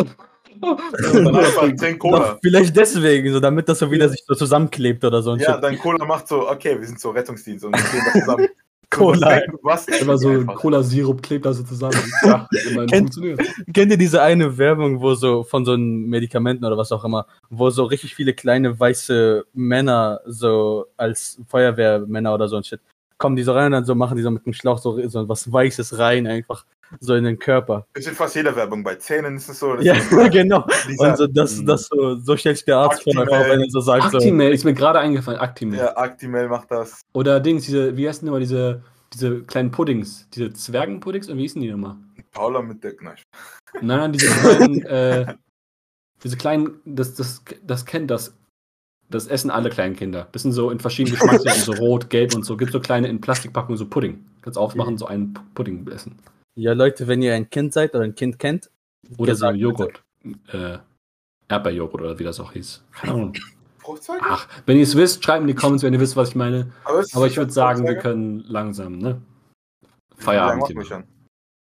Und dann einfach bevor trink Cola. Doch, vielleicht deswegen, so damit das so wieder sich so zusammenklebt oder so ein Ja, Shit. dann Cola macht so, okay, wir sind so Rettungsdienst und wir gehen da zusammen. Cola. Was? denn? immer so Einfach. Cola-Sirup klebt da so zusammen. Ja, immerhin Kennt- funktioniert. Kennt ihr diese eine Werbung, wo so von so einem Medikamenten oder was auch immer, wo so richtig viele kleine weiße Männer so als Feuerwehrmänner oder so ein Shit kommen die so rein und dann so machen die so mit dem Schlauch so, so was Weißes rein einfach so in den Körper. Ist in fast jeder Werbung. Bei Zähnen ist es so. das Ja, ist genau. Dieser, Mhm. Und so, das, das so, so stellt sich der Arzt vor, Aktimel. wenn er so sagt, so, Actimel ist mir gerade eingefallen. Actimel. also- ja, Actimel macht das. Oder Dings, diese, wie heißen immer diese, diese kleinen Puddings? Diese Zwergenpuddings? Und wie hießen die nochmal? Paula mit der Kneif. Nein, nein, diese kleinen, äh, diese kleinen, das, das, das kennt das. Das essen alle kleinen Kinder. Das sind so in verschiedenen Geschmacksrichtungen, so rot, gelb und so. Gibt so kleine in Plastikpackungen, so Pudding. Kannst Mhm. aufmachen, so einen P- Pudding essen. ja Leute, wenn ihr ein Kind seid oder ein Kind kennt, Oder so Gesagt, Joghurt. Äh, Erdbeerjoghurt oder wie das auch hieß. Keine Ahnung. Fruchtzeug? Ach, wenn ihr es wisst, schreibt in die Comments, wenn ihr wisst, was ich meine. Aber, es- Aber ich würde sagen, wir Fruchtzeug? können langsam, ne? Ja, Feierabend. mach mich hier. an.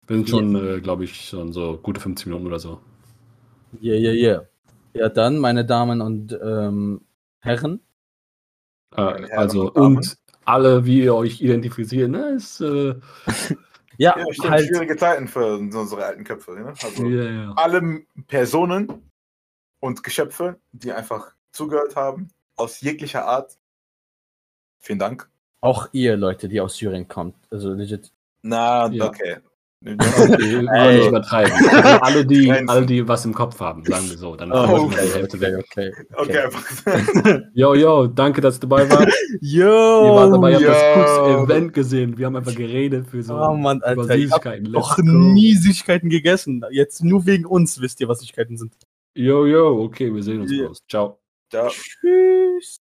Wir sind schon, äh, glaube ich, schon so gute 15 Minuten oder so. yeah, yeah, yeah. Ja, dann, meine Damen und ähm, Herren, Äh, Meine Herren also, und Damen. und alle, wie ihr euch identifiziert, ne, ist, äh, ja, Ja, stimmt, halt, schwierige Zeiten für unsere alten Köpfe. Ne? Also, Hm. ja, ja. alle M- Personen und Geschöpfe, die einfach zugehört haben, aus jeglicher Art. Vielen Dank. auch ihr Leute, die aus Syrien kommt, also legit. Na, Ja. okay. Okay, wir wollen nicht Ey. übertreiben. Also alle, die, Grenzen. alle, die was im Kopf haben, sagen wir so. Dann Oh, oh, okay, okay, die Hälfte weg. okay. Okay, einfach. Yo, yo, danke, dass du dabei warst. Ihr Yo! wart dabei, ihr habt das yo. coolste Event gesehen. Wir haben einfach geredet für so oh Mann, über Alter, ich hab Süßigkeiten. noch Let's go. nie Süßigkeiten gegessen. Jetzt nur wegen uns wisst ihr, was Süßigkeiten sind. Yo, yo, okay, wir sehen uns Ja. bloß. Ciao. Ciao. Tschüss!